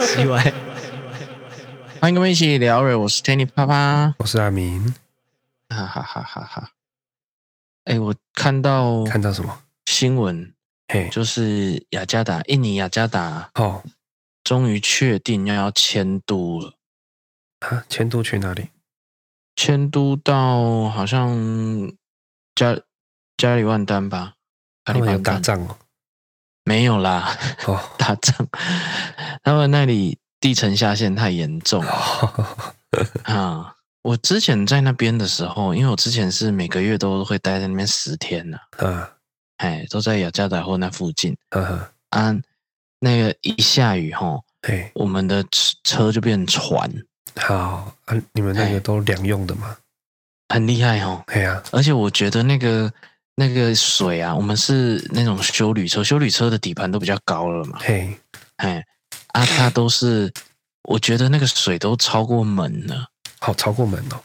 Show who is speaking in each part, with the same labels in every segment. Speaker 1: 奇怪。欢迎跟我们一起聊瑞，我是 Tanny 啪啪，
Speaker 2: 我是阿明，
Speaker 1: 哈哈哈哈哈。哎，我看到
Speaker 2: 看到什么？
Speaker 1: 新闻，
Speaker 2: 嘿，
Speaker 1: 就是雅加达，印尼雅加达
Speaker 2: 哦
Speaker 1: 终于确定要迁都了，
Speaker 2: 啊，迁都去哪里？
Speaker 1: 迁都到好像加加里万丹吧，加
Speaker 2: 他
Speaker 1: 里
Speaker 2: 们有
Speaker 1: 万
Speaker 2: 打
Speaker 1: 丹
Speaker 2: 仗哦，
Speaker 1: 没有啦，
Speaker 2: 哦，
Speaker 1: 打仗，他们那里地层下陷太严重了啊！我之前在那边的时候，因为我之前是每个月都会待在那边十天呢、
Speaker 2: 啊
Speaker 1: 哎，都在雅加达或那附近
Speaker 2: 啊啊，
Speaker 1: 啊。那个一下雨吼，
Speaker 2: 嘿，
Speaker 1: 我们的车车就变船，
Speaker 2: 好啊，你们那
Speaker 1: 嘿
Speaker 2: 个都两用的嘛？
Speaker 1: 很厉害吼。
Speaker 2: 嘿啊呀，
Speaker 1: 而且我觉得那个那个水啊，我们是那种修旅车，修旅车的底盘都比较高了嘛，
Speaker 2: 嘿，
Speaker 1: 哎，啊，它都是，我觉得那个水都超过门了。
Speaker 2: 好，超过门哦，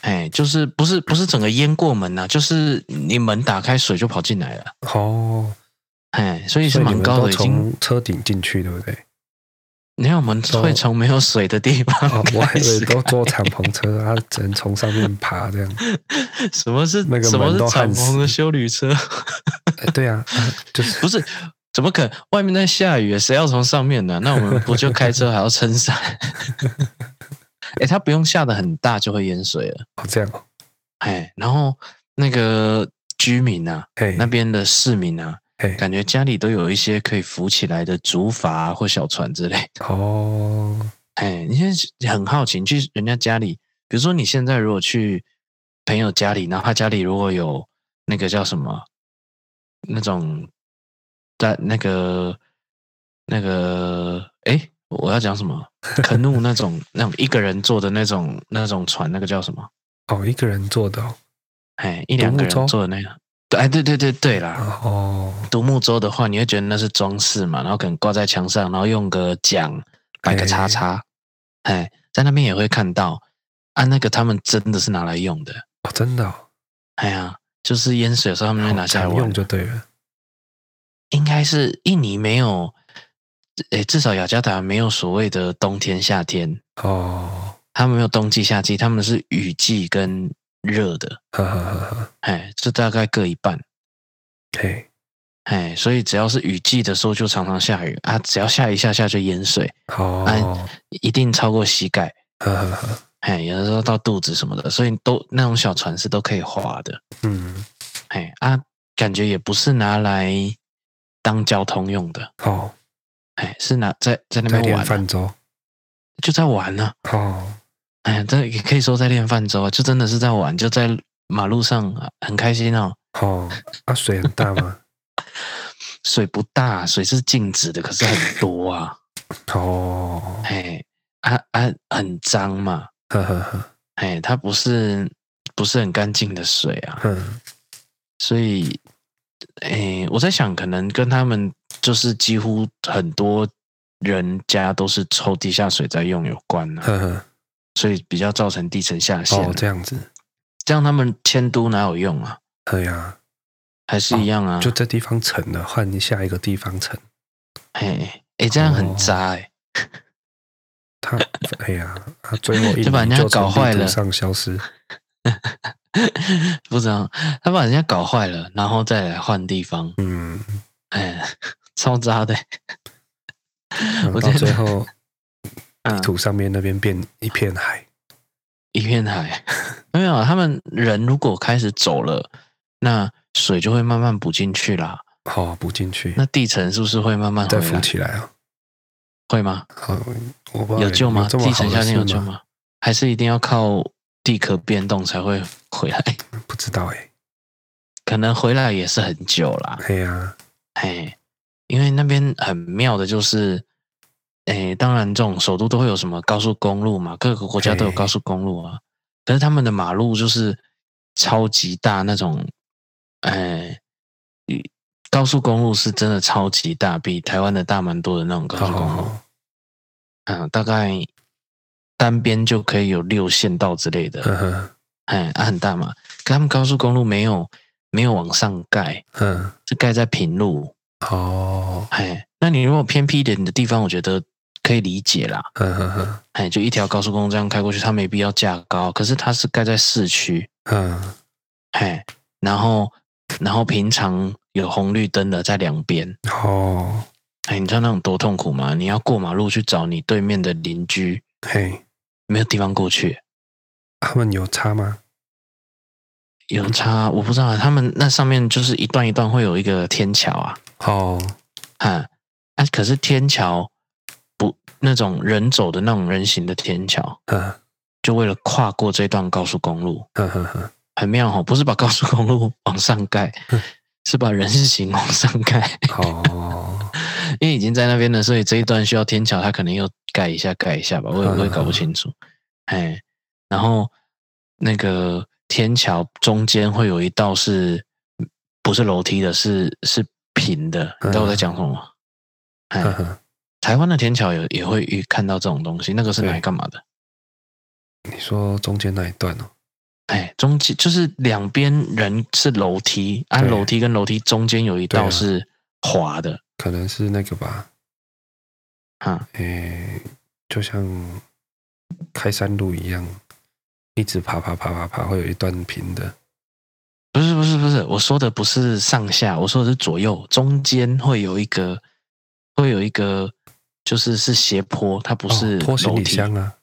Speaker 1: 哎，就是不是不是整个淹过门呐、就是你门打开水就跑进来了，
Speaker 2: 哦，
Speaker 1: 哎，所以是
Speaker 2: 所以你
Speaker 1: 蛮
Speaker 2: 们
Speaker 1: 高
Speaker 2: 都
Speaker 1: 的，已经。
Speaker 2: 从车顶进去，对不 对？
Speaker 1: 你看我们
Speaker 2: 都
Speaker 1: 会从没有水的地
Speaker 2: 哦
Speaker 1: 方，
Speaker 2: 我还
Speaker 1: 开
Speaker 2: 以为
Speaker 1: 始
Speaker 2: 都坐敞篷车， 他只能从上面爬这样。
Speaker 1: 什么是
Speaker 2: 那个
Speaker 1: 什么
Speaker 2: 门都
Speaker 1: 是敞
Speaker 2: 焊死
Speaker 1: 篷的修旅车？
Speaker 2: 哎对啊，啊就是
Speaker 1: 不是，怎么可能？外面在下雨，谁要从上面呢？那我们不就开车还要撑伞？ 哎，它不用下的很大就会淹水了，
Speaker 2: 哦这样哦，
Speaker 1: 哎，然后那个居民啊，
Speaker 2: 嘿
Speaker 1: 那，边的市民啊，
Speaker 2: 嘿，
Speaker 1: 感觉家里都有一些可以浮起来的竹筏啊或小船之类的。
Speaker 2: 哦，
Speaker 1: 哎，你现在很好奇，你去人家家里，比如说你现在如果去朋友家里，然后他家里如果有那个叫什么那种在那个那个哎，我要讲什么 canoe 那种那种一个人坐的那种那种船，那个叫什么？
Speaker 2: 哦，一个人坐的哦，
Speaker 1: 哎，一两个
Speaker 2: 独木
Speaker 1: 人
Speaker 2: 舟
Speaker 1: 坐的那个。哎，对对对对 啦，
Speaker 2: 哦，
Speaker 1: 独木舟的话，你会觉得那是装饰嘛，然后可能挂在墙上，然后用个桨摆个叉叉，哎，在那边也会看到啊，那个他们真的是拿来用的，
Speaker 2: 哦，真的哦，
Speaker 1: 哎呀，就是淹水的时候他们会拿下来
Speaker 2: 常
Speaker 1: 玩
Speaker 2: 用，哦就对了。
Speaker 1: 应该是印尼没有，哎，至少雅加达没有所谓的冬天夏天，
Speaker 2: 哦，
Speaker 1: 他们没有冬季夏季，他们是雨季跟热的，
Speaker 2: 哈哈哈哈，
Speaker 1: 哎，这大概各一半。
Speaker 2: 嘿，
Speaker 1: 哎，所以只要是雨季的时候就常常下雨啊，只要下一下下就淹水，
Speaker 2: 哦，
Speaker 1: 哎
Speaker 2: 哈
Speaker 1: 一定超过膝盖。
Speaker 2: 哈哈，
Speaker 1: 哎，有的时候到肚子什么的，所以都那种小船是都可以划的。
Speaker 2: 嗯，
Speaker 1: 哎啊，感觉也不是拿来当交通用的，
Speaker 2: 哦，
Speaker 1: 哎，是拿在在那
Speaker 2: 在
Speaker 1: 边
Speaker 2: 练
Speaker 1: 玩啊、
Speaker 2: 泛舟，
Speaker 1: 就在玩呢、
Speaker 2: 哦，
Speaker 1: 哎，这也可以说在练泛舟啊，就真的是在玩，就在马路上啊很开心哦。
Speaker 2: 哦，啊，水很大 吗？
Speaker 1: 水不大，水是静止的，可是很多啊。
Speaker 2: 哦，
Speaker 1: 哎，啊啊，很脏嘛。
Speaker 2: 哈哈哈，
Speaker 1: 哎，它不是不是很干净的水啊。
Speaker 2: 嗯，
Speaker 1: 所以，诶、我在想，可能跟他们就是几乎很多人家都是抽地下水在用有关啊，
Speaker 2: 哈哈，
Speaker 1: 所以比较造成地层下陷啊、
Speaker 2: 嗯哦，这样子，
Speaker 1: 这样他们迁都哪有用啊？
Speaker 2: 对呀，
Speaker 1: 还是一样啊？
Speaker 2: 哦就这地方沉了，换下一个地方沉，
Speaker 1: 哎哎、诶这样
Speaker 2: 哦
Speaker 1: 很渣哎、
Speaker 2: 他，哎呀，他最后一
Speaker 1: 就把人家
Speaker 2: 就
Speaker 1: 搞
Speaker 2: 从
Speaker 1: 坏
Speaker 2: 地图
Speaker 1: 了
Speaker 2: 上消失，
Speaker 1: 不知道他把人家搞坏了，然后再来换地方，
Speaker 2: 嗯，
Speaker 1: 哎、 超渣的、
Speaker 2: 然 后
Speaker 1: 我
Speaker 2: 嗯
Speaker 1: 觉
Speaker 2: 到
Speaker 1: 得啊
Speaker 2: 最后，地
Speaker 1: 嗯，
Speaker 2: 图上面那边变一片海，
Speaker 1: 一片海。 没有啊，他们人如果开始走了，那水就会慢慢补进去啦。
Speaker 2: 哦，补进去，
Speaker 1: 那地层是不是会慢慢回
Speaker 2: 再浮
Speaker 1: 来？
Speaker 2: 起来哦，
Speaker 1: 会吗？
Speaker 2: 哦，我不知道
Speaker 1: 有救吗？
Speaker 2: 这么
Speaker 1: 地
Speaker 2: 好
Speaker 1: 层
Speaker 2: 的
Speaker 1: 下陷
Speaker 2: 事
Speaker 1: 有救吗？还是一定要靠地壳变动才会回来？
Speaker 2: 不知道哎，
Speaker 1: 可能回来也是很久啦。
Speaker 2: 哎呀，
Speaker 1: 哎，因为那边很妙的就是，哎，当然这种首都都会有什么高速公路嘛，各个国家都有
Speaker 2: 嘿
Speaker 1: 高速公路啊。可是他们的马路就是超级大那种，哎，高速公路是真的超级大，比台湾的大蛮多的那种高速公路。
Speaker 2: 哦，
Speaker 1: 嗯，大概单边就可以有六线道之类的，
Speaker 2: 呵呵，
Speaker 1: 哎、啊很大嘛。可他们高速公路没有没有往上盖，
Speaker 2: 嗯，
Speaker 1: 是盖在平路，
Speaker 2: 哦，
Speaker 1: 哎，那你如果偏僻一点的地方，我觉得可以理解啦。
Speaker 2: 呵呵呵，
Speaker 1: 哎，就一条高速公路这样开过去，它没必要架高，可是它是盖在市区，
Speaker 2: 嗯，
Speaker 1: 哎，然后然后平常有红绿灯的在两边，
Speaker 2: 哦，
Speaker 1: 哎，你知道那种多痛苦吗？你要过马路去找你对面的邻居，
Speaker 2: 嘿，
Speaker 1: 没有地方过去，
Speaker 2: 他们有差吗？
Speaker 1: 有差，我不知道啊，他们那上面就是一段一段会有一个天桥啊，
Speaker 2: 哦，
Speaker 1: 哈，啊，可是天桥不那种人走的那种人行的天桥，
Speaker 2: 嗯，
Speaker 1: 就为了跨过这段高速公路，
Speaker 2: 呵呵呵，
Speaker 1: 很妙哦，不是把高速公路往上盖
Speaker 2: 嗯，
Speaker 1: 是把人行往上盖，
Speaker 2: 哦，
Speaker 1: 因为已经在那边了，所以这一段需要天桥，它可能又盖一下盖一下吧，我也
Speaker 2: 嗯
Speaker 1: 我也搞不清楚，哎，然后那个天桥中间会有一道是不是楼梯的，是是平的，你知道我
Speaker 2: 嗯
Speaker 1: 在讲什么吗？哎
Speaker 2: 呵，呵，
Speaker 1: 台湾的天桥有也会遇看到这种东西，那个是拿来
Speaker 2: 对
Speaker 1: 干嘛的？
Speaker 2: 你说中间那一段哦，
Speaker 1: 哎，中间就是两边人是楼梯，按、
Speaker 2: 对
Speaker 1: 楼梯跟楼梯中间有一
Speaker 2: 对
Speaker 1: 道
Speaker 2: 啊
Speaker 1: 是滑的，
Speaker 2: 可能是那个吧，
Speaker 1: 哈，
Speaker 2: 诶，就像开山路一样，一直爬爬爬爬爬，会有一段平的，
Speaker 1: 不是不是不是，我说的不是上下，我说的是左右，中间会有一个会有一个就是是斜坡，它不是
Speaker 2: 哦拖行
Speaker 1: 楼
Speaker 2: 李
Speaker 1: 梯
Speaker 2: 箱啊，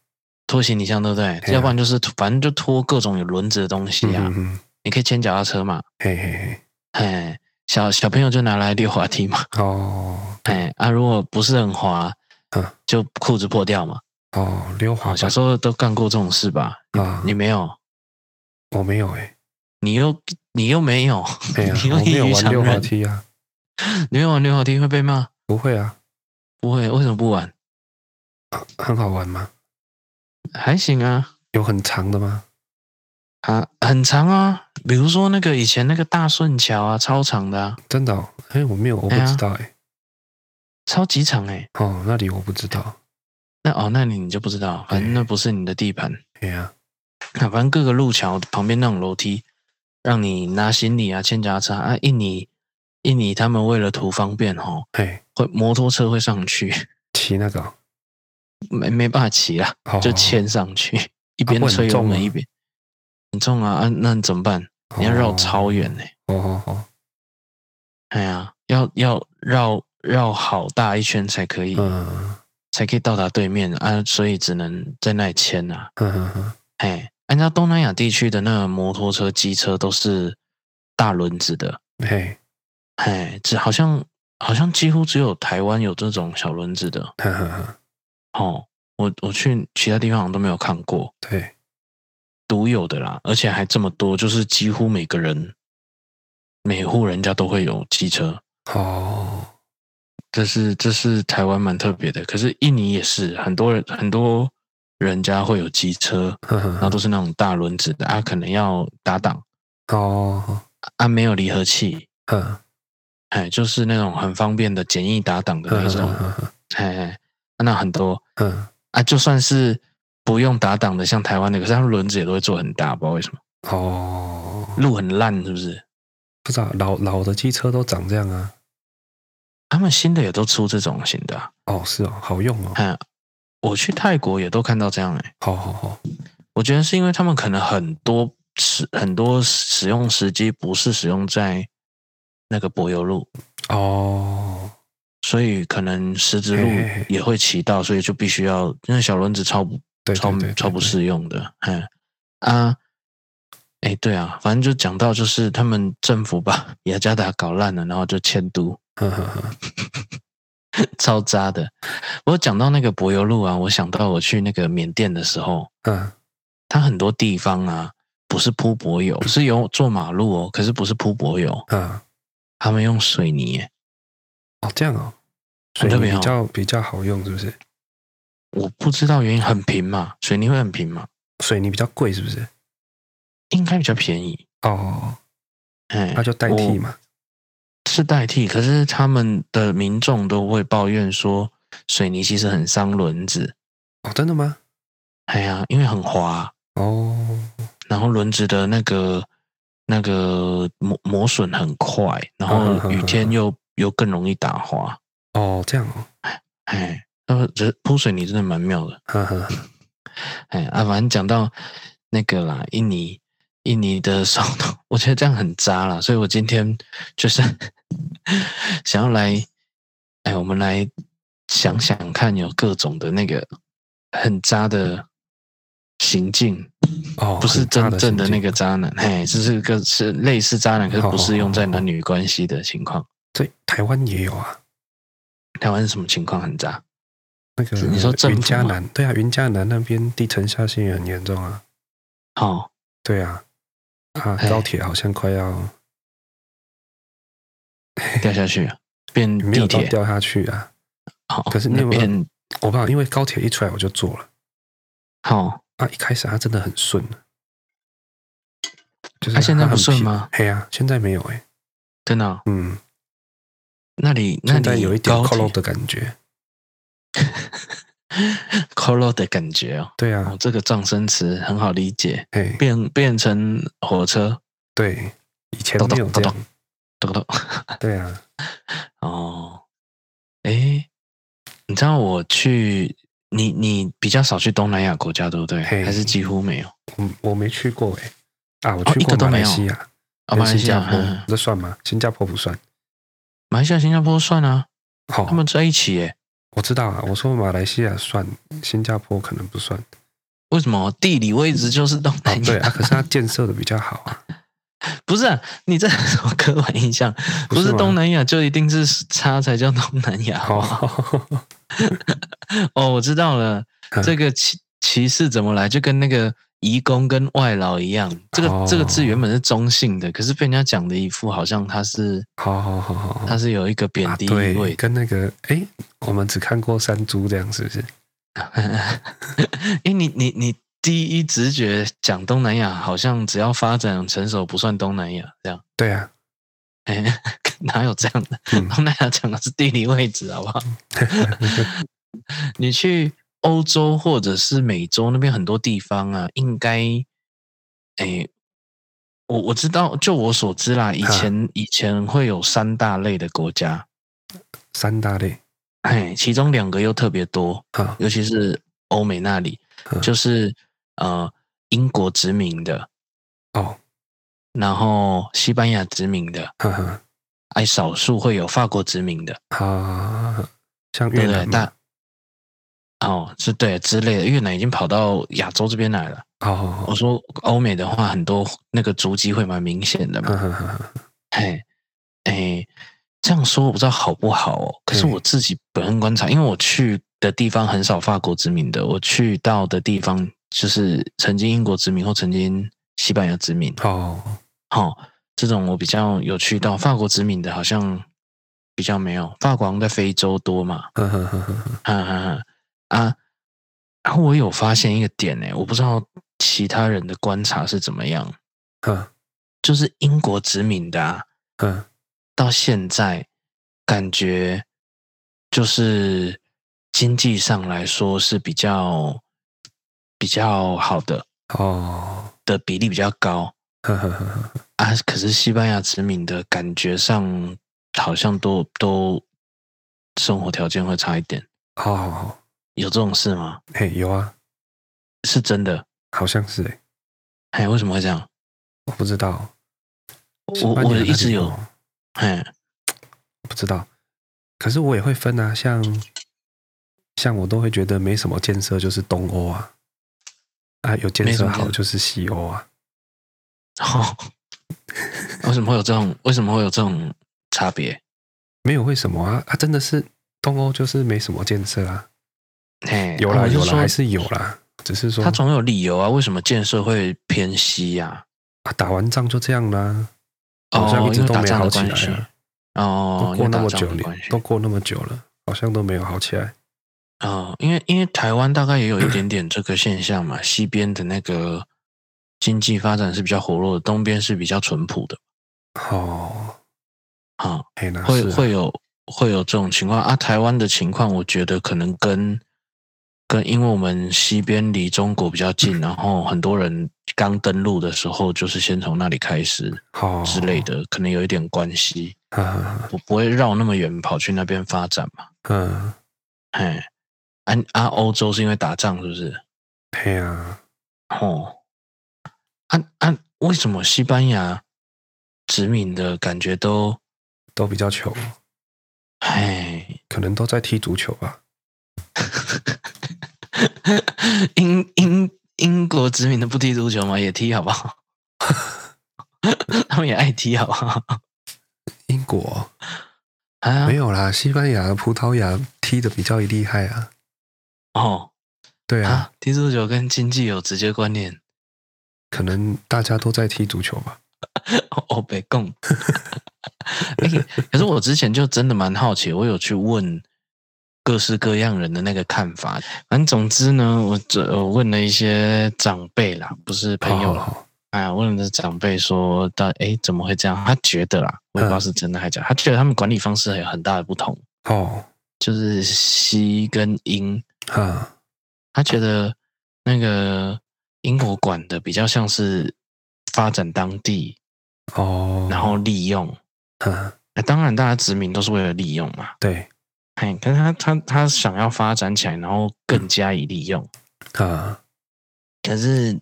Speaker 1: 拖行李箱对不对？
Speaker 2: 对啊
Speaker 1: 要不然就是反正就拖各种有轮子的东西啊，
Speaker 2: 嗯嗯，
Speaker 1: 你可以牵脚踏车嘛，
Speaker 2: 嘿嘿嘿，
Speaker 1: 哎，小小朋友就拿来溜滑梯嘛，
Speaker 2: 哦，对，
Speaker 1: 哎啊，如果不是很滑，
Speaker 2: 嗯
Speaker 1: 就裤子破掉嘛。
Speaker 2: 哦，溜滑
Speaker 1: 好，小
Speaker 2: 板
Speaker 1: 时候都干过这种事吧？
Speaker 2: 啊，
Speaker 1: 你没有，
Speaker 2: 我没有诶，
Speaker 1: 你又你又没有，
Speaker 2: 哎呀，
Speaker 1: 你又
Speaker 2: 我
Speaker 1: 异
Speaker 2: 没有
Speaker 1: 于
Speaker 2: 玩
Speaker 1: 常
Speaker 2: 溜滑
Speaker 1: 人，
Speaker 2: 梯啊，
Speaker 1: 你没有玩溜滑梯会被骂？
Speaker 2: 不会啊，
Speaker 1: 不会，为什么不玩？
Speaker 2: 很好玩吗？
Speaker 1: 还行啊，
Speaker 2: 有很长的吗？
Speaker 1: 啊，很长啊。比如说那个以前那个大顺桥啊，超长的、啊，
Speaker 2: 真的、哦？哎，我没有，我不
Speaker 1: 哎呀
Speaker 2: 知道哎、
Speaker 1: 超级长哎、
Speaker 2: 哦，那里我不知道。
Speaker 1: 那哦，那你你就不知道，反正
Speaker 2: 哎
Speaker 1: 那不是你的地盘。
Speaker 2: 哎呀，
Speaker 1: 啊，反正各个路桥旁边那种楼梯，让你拿行李啊、牵夹车啊。印尼印尼他们为了图方便哦，
Speaker 2: 哎，
Speaker 1: 会摩托车会上去，
Speaker 2: 骑那个哦、
Speaker 1: 没没办法骑啦，
Speaker 2: 哦，
Speaker 1: 就牵上去，一边
Speaker 2: 不会很
Speaker 1: 吹油
Speaker 2: 重啊
Speaker 1: 门
Speaker 2: 吗
Speaker 1: 一边很重啊啊，那你怎么办？你要绕超远呢、
Speaker 2: 哦哦哦，
Speaker 1: 哎呀，要要绕绕好大一圈才可以，
Speaker 2: 嗯
Speaker 1: 才可以到达对面啊，所以只能在那里牵啊。
Speaker 2: 嗯嗯嗯，
Speaker 1: 哎，按照东南亚地区的那个摩托车、机车都是大轮子的，
Speaker 2: 嗯嘿，
Speaker 1: 哎，只好像好像几乎只有台湾有这种小轮子的
Speaker 2: 哈哈哈，
Speaker 1: 哦。我我去其他地方好像都没有看过
Speaker 2: 对，
Speaker 1: 独有的啦，而且还这么多，就是几乎每个人每户人家都会有机车，
Speaker 2: 哦，
Speaker 1: 这是这是台湾蛮特别的。可是印尼也是很多人很多人家会有机车，
Speaker 2: 呵
Speaker 1: 然后
Speaker 2: 呵
Speaker 1: 都是那种大轮子的啊，可能要打档
Speaker 2: 哦，
Speaker 1: 啊，没有离合器，
Speaker 2: 嗯
Speaker 1: 哎，就是那种很方便的简易打档的那
Speaker 2: 嗯
Speaker 1: 种，
Speaker 2: 嗯
Speaker 1: 哎，哎那很多
Speaker 2: 嗯，
Speaker 1: 啊，就算是不用打档的，像台湾的，可是它轮子也都会做很大，不知道为什么，
Speaker 2: 哦，
Speaker 1: 路很烂是不是？
Speaker 2: 不知道老老的机车都长这样啊？
Speaker 1: 他们新的也都出这种型的、啊，
Speaker 2: 哦，是哦，好用哦，
Speaker 1: 哎，我去泰国也都看到这样哎、
Speaker 2: 好好好，
Speaker 1: 我觉得是因为他们可能很多使很多使用时机不是使用在那个柏油路，
Speaker 2: 哦，
Speaker 1: 所以可能石子路
Speaker 2: 嘿嘿嘿
Speaker 1: 也会骑到，所以就必须要因为小轮子超不
Speaker 2: 对
Speaker 1: 超
Speaker 2: 对对，
Speaker 1: 超不
Speaker 2: 对，
Speaker 1: 适用的，嗯啊，哎对啊，反正就讲到就是他们政府把 雅加达搞烂了，然后就迁都，
Speaker 2: 呵呵呵，
Speaker 1: 超渣的。我讲到那个柏油路啊，我想到我去那个缅甸的时候，
Speaker 2: 嗯，
Speaker 1: 它很多地方啊不是铺柏油，是有做马路哦，可是不是铺柏油，
Speaker 2: 嗯，
Speaker 1: 他们用水泥耶，
Speaker 2: 哦，这样哦，
Speaker 1: 很
Speaker 2: 水
Speaker 1: 特
Speaker 2: 泥
Speaker 1: 别
Speaker 2: 比
Speaker 1: 哦
Speaker 2: 较比较好用，是不是？
Speaker 1: 我不知道原因，很平嘛，水泥会很平嘛，
Speaker 2: 水泥比较贵，是不是？
Speaker 1: 应该比较便宜，
Speaker 2: 哦，
Speaker 1: 哎，
Speaker 2: 那就代替
Speaker 1: 我
Speaker 2: 嘛。
Speaker 1: 是代替，可是他们的民众都会抱怨说，水泥其实很伤轮子。
Speaker 2: 哦，真的吗？
Speaker 1: 哎呀，因为很滑，
Speaker 2: 哦，
Speaker 1: 然后轮子的那个那个磨磨损很快，然后雨天又又更容易打滑。
Speaker 2: 哦，这样哦，
Speaker 1: 哎，呃，这铺水泥真的蛮妙的。
Speaker 2: 呵呵，
Speaker 1: 哎啊，反正讲到那个啦，印尼印尼的首都， 我觉得这样很渣啦，所以我今天就是 想要来，哎，我们来想想看，有各种的那个很渣的行径，
Speaker 2: 哦，
Speaker 1: 不是
Speaker 2: 很大
Speaker 1: 真正的
Speaker 2: 神
Speaker 1: 那
Speaker 2: 经，
Speaker 1: 个渣男，嘿，这是个是类似渣男，可是不适用在
Speaker 2: 哦
Speaker 1: 男女关系的情况。
Speaker 2: 所以台湾也有啊。
Speaker 1: 台湾是什么情况很渣？
Speaker 2: 那个
Speaker 1: 你说政府
Speaker 2: 云嘉
Speaker 1: 吗
Speaker 2: 南，对啊，云嘉南那边地层下陷也很严重啊。
Speaker 1: 哦，
Speaker 2: 对啊，啊，
Speaker 1: 哎
Speaker 2: 高铁好像快要
Speaker 1: 掉下去了变
Speaker 2: 没
Speaker 1: 地
Speaker 2: 有到
Speaker 1: 铁，
Speaker 2: 掉下去啊。
Speaker 1: 好，
Speaker 2: 可是你有
Speaker 1: 那
Speaker 2: 没有
Speaker 1: 变
Speaker 2: 我不知道，因为高铁一出来我就坐了
Speaker 1: 好、
Speaker 2: 啊，一开始它真的很顺啊就是
Speaker 1: 它现在
Speaker 2: 很
Speaker 1: 不顺
Speaker 2: 平
Speaker 1: 吗？
Speaker 2: 哎呀、现在没有哎、
Speaker 1: 真的哦、
Speaker 2: 嗯，
Speaker 1: 那里那
Speaker 2: 现在
Speaker 1: 里
Speaker 2: 有一点
Speaker 1: 高
Speaker 2: 靠拢
Speaker 1: 铁
Speaker 2: 的感觉。
Speaker 1: c o l o 的感觉哦。
Speaker 2: 对
Speaker 1: 哦
Speaker 2: 啊，，
Speaker 1: 这个葬身词很好理解，
Speaker 2: 哎，
Speaker 1: 变变成火车，
Speaker 2: 对，以前
Speaker 1: 咚咚
Speaker 2: 没有这
Speaker 1: 咚
Speaker 2: 样
Speaker 1: 咚。懂不懂？
Speaker 2: 对啊，
Speaker 1: 哦，诶，你知道我去你你比较少去东南亚国家对不对？
Speaker 2: 嘿
Speaker 1: 还是几乎没有？
Speaker 2: 我我没去过哎、啊，我
Speaker 1: 哦
Speaker 2: 去
Speaker 1: 一
Speaker 2: 过
Speaker 1: 个都
Speaker 2: 马
Speaker 1: 没
Speaker 2: 来
Speaker 1: 有
Speaker 2: 西亚、
Speaker 1: 哦，
Speaker 2: 跟
Speaker 1: 马来
Speaker 2: 新
Speaker 1: 西亚
Speaker 2: 加、坡，
Speaker 1: 嗯
Speaker 2: 这算吗？新加坡不算。
Speaker 1: 马来西亚、新加坡算啊，
Speaker 2: 好、
Speaker 1: 他们在一起耶。
Speaker 2: 我知道啊，我说马来西亚算，新加坡可能不算。
Speaker 1: 为什么地理位置就是东
Speaker 2: 啊
Speaker 1: 南，亚？
Speaker 2: 对啊，可是它建设的比较好啊。
Speaker 1: 不是啊，你这是什么刻板印象？不
Speaker 2: 不是
Speaker 1: 是
Speaker 2: 吗
Speaker 1: 东南亚就一定是差才叫东南亚好不好
Speaker 2: 哦，
Speaker 1: 哦，我知道了，
Speaker 2: 嗯
Speaker 1: 这个歧歧视怎么来，就跟那个移工跟外劳一样，这个、
Speaker 2: 哦
Speaker 1: 这个字原本是中性的，可是被人家讲的一副好像它是
Speaker 2: 好好好好好
Speaker 1: 它。是有一个贬
Speaker 2: 啊，
Speaker 1: 低意味
Speaker 2: 对，
Speaker 1: 的。
Speaker 2: 跟那个哎，我们只看过山猪这样，是不是？
Speaker 1: 因为你你你第一直觉讲东南亚，好像只要发展成熟不算东南亚这样。
Speaker 2: 对啊，
Speaker 1: 哎， 哪有这样的？
Speaker 2: 嗯
Speaker 1: 东南亚讲的是地理位置，好不好？你去欧洲或者是美洲那边很多地方啊，应该，诶，我我知道，就我所知啦，以前、以前会有三大类的国家，
Speaker 2: 三大类
Speaker 1: 哎，其中两个又特别多，
Speaker 2: 啊，
Speaker 1: 尤其是欧美那里，
Speaker 2: 嗯
Speaker 1: 就是呃英国殖民的，
Speaker 2: 哦，
Speaker 1: 然后西班牙殖民的，
Speaker 2: 哈哈，
Speaker 1: 哎，少数会有法国殖民的，
Speaker 2: 啊，像
Speaker 1: 对
Speaker 2: 越
Speaker 1: 不对？
Speaker 2: 南嘛
Speaker 1: 大哦，是对之类的，越南已经跑到亚洲这边来了。
Speaker 2: 哦哦，
Speaker 1: 我
Speaker 2: 哦
Speaker 1: 说欧美的话，很多那个足迹会蛮明显的
Speaker 2: 哈
Speaker 1: 嘛。
Speaker 2: 哈哈哈，
Speaker 1: 哎哎，这样说我不知道好不好哦。可是
Speaker 2: 嗯
Speaker 1: 我自己本身观察，因为我去的地方很少法国殖民的，我去到的地方就是曾经英国殖民或曾经西班牙殖民。
Speaker 2: 哦，
Speaker 1: 好、这种我比较有去到法国殖民的，好像比较没有。法国好像在非洲多嘛，
Speaker 2: 哈哈哈哈，
Speaker 1: 啊啊啊！啊，然后我有发现一个点呢、我不知道其他人的观察是怎么样，
Speaker 2: 哈，
Speaker 1: 就是英国殖民的啊，
Speaker 2: 嗯，
Speaker 1: 到现在感觉就是经济上来说是比较比较好的
Speaker 2: 哦，
Speaker 1: 的比例比较高
Speaker 2: 哈哈哈哈，
Speaker 1: 啊，可是西班牙殖民的感觉上好像都都生活条件会差一点，
Speaker 2: 好好好，
Speaker 1: 有这种事吗？
Speaker 2: 嘿，有啊，
Speaker 1: 是真的？
Speaker 2: 好像是哎，
Speaker 1: 哎，为什么会这样？
Speaker 2: 我不知道，
Speaker 1: 我
Speaker 2: 西班牙
Speaker 1: 我
Speaker 2: 那里
Speaker 1: 一直有
Speaker 2: 哦
Speaker 1: 哎，
Speaker 2: 不知道，可是我也会分啊，像像我都会觉得没什么建设就是东欧啊，啊有建
Speaker 1: 没什
Speaker 2: 设
Speaker 1: 么建
Speaker 2: 好
Speaker 1: 设
Speaker 2: 就是西欧啊，
Speaker 1: 哦， 为什么会有这种？为什么会有这种差别？
Speaker 2: 没有为什么啊啊真的是东欧就是没什么建设啊，
Speaker 1: 嘿，
Speaker 2: 有
Speaker 1: 我
Speaker 2: 啦
Speaker 1: 是
Speaker 2: 有啦
Speaker 1: 说
Speaker 2: 还是有啦，只是说
Speaker 1: 他总有理由啊，为什么建设会偏西呀、
Speaker 2: 啊打完仗就这样啦，好像
Speaker 1: 哦，
Speaker 2: 啊一
Speaker 1: 因
Speaker 2: 直
Speaker 1: 为
Speaker 2: 都
Speaker 1: 打
Speaker 2: 没
Speaker 1: 仗
Speaker 2: 好
Speaker 1: 的
Speaker 2: 起
Speaker 1: 关
Speaker 2: 来
Speaker 1: 系
Speaker 2: 啊，。
Speaker 1: 哦
Speaker 2: 都，
Speaker 1: 因
Speaker 2: 过
Speaker 1: 为
Speaker 2: 那
Speaker 1: 打
Speaker 2: 么
Speaker 1: 仗
Speaker 2: 久
Speaker 1: 的
Speaker 2: 了
Speaker 1: 关，系
Speaker 2: 都过那么久了，好像都没有好起来。
Speaker 1: 哦，因为因为台湾大概也有一点点这个现象嘛，西边的那个经济发展是比较活络的，东边是比较淳朴的
Speaker 2: 哦，
Speaker 1: 啊。
Speaker 2: 哎那
Speaker 1: 会
Speaker 2: 是啊
Speaker 1: 会有会有这种情况啊。台湾的情况，我觉得可能跟跟因为我们西边离中国比较 近，然后很多人刚登陆的时候就是先从那里开始
Speaker 2: 好
Speaker 1: 之类，
Speaker 2: 哦
Speaker 1: 的，可能有一点关系。
Speaker 2: 嗯
Speaker 1: 我不会绕那么远跑去那边发展嘛。
Speaker 2: 嗯，
Speaker 1: 嘿，啊啊，欧洲是因为打仗是不是？
Speaker 2: 嘿呀，
Speaker 1: 哦，啊啊，为什么西班牙殖民的感觉都
Speaker 2: 都比较穷，
Speaker 1: 哎？
Speaker 2: 可能都在踢足球吧。
Speaker 1: 英英英国殖民的不踢足球吗？也踢好不好？ 他们也爱踢好不好？
Speaker 2: 英国
Speaker 1: 啊
Speaker 2: 没，有啦，西班牙、葡萄牙踢的比较厉害啊。
Speaker 1: 哦
Speaker 2: 对啊，
Speaker 1: 啊，踢足球跟经济有直接关联。
Speaker 2: 可能大家都在踢足球吧。
Speaker 1: 哦，北贡。哎、可是我之前就真的蛮好奇，我有去问各式各样人的那个看法。反正总之呢，我这我问了一些长辈啦，不是朋友啦，
Speaker 2: 哦
Speaker 1: 哎呀，问了长辈说到，哎，怎么会这样？他觉得啦，我也不知道
Speaker 2: 嗯
Speaker 1: 是真的还假，他觉得他们管理方式还有很大的不同，
Speaker 2: 哦，
Speaker 1: 就是西跟英，
Speaker 2: 啊，
Speaker 1: 他觉得那个英国管的比较像是发展当地，
Speaker 2: 哦，
Speaker 1: 然后利用。
Speaker 2: 嗯，
Speaker 1: 那当然，大家殖民都是为了利用嘛。
Speaker 2: 对
Speaker 1: 哎，但是他他他想要发展起来，然后更加以利用。
Speaker 2: 啊，
Speaker 1: 嗯可是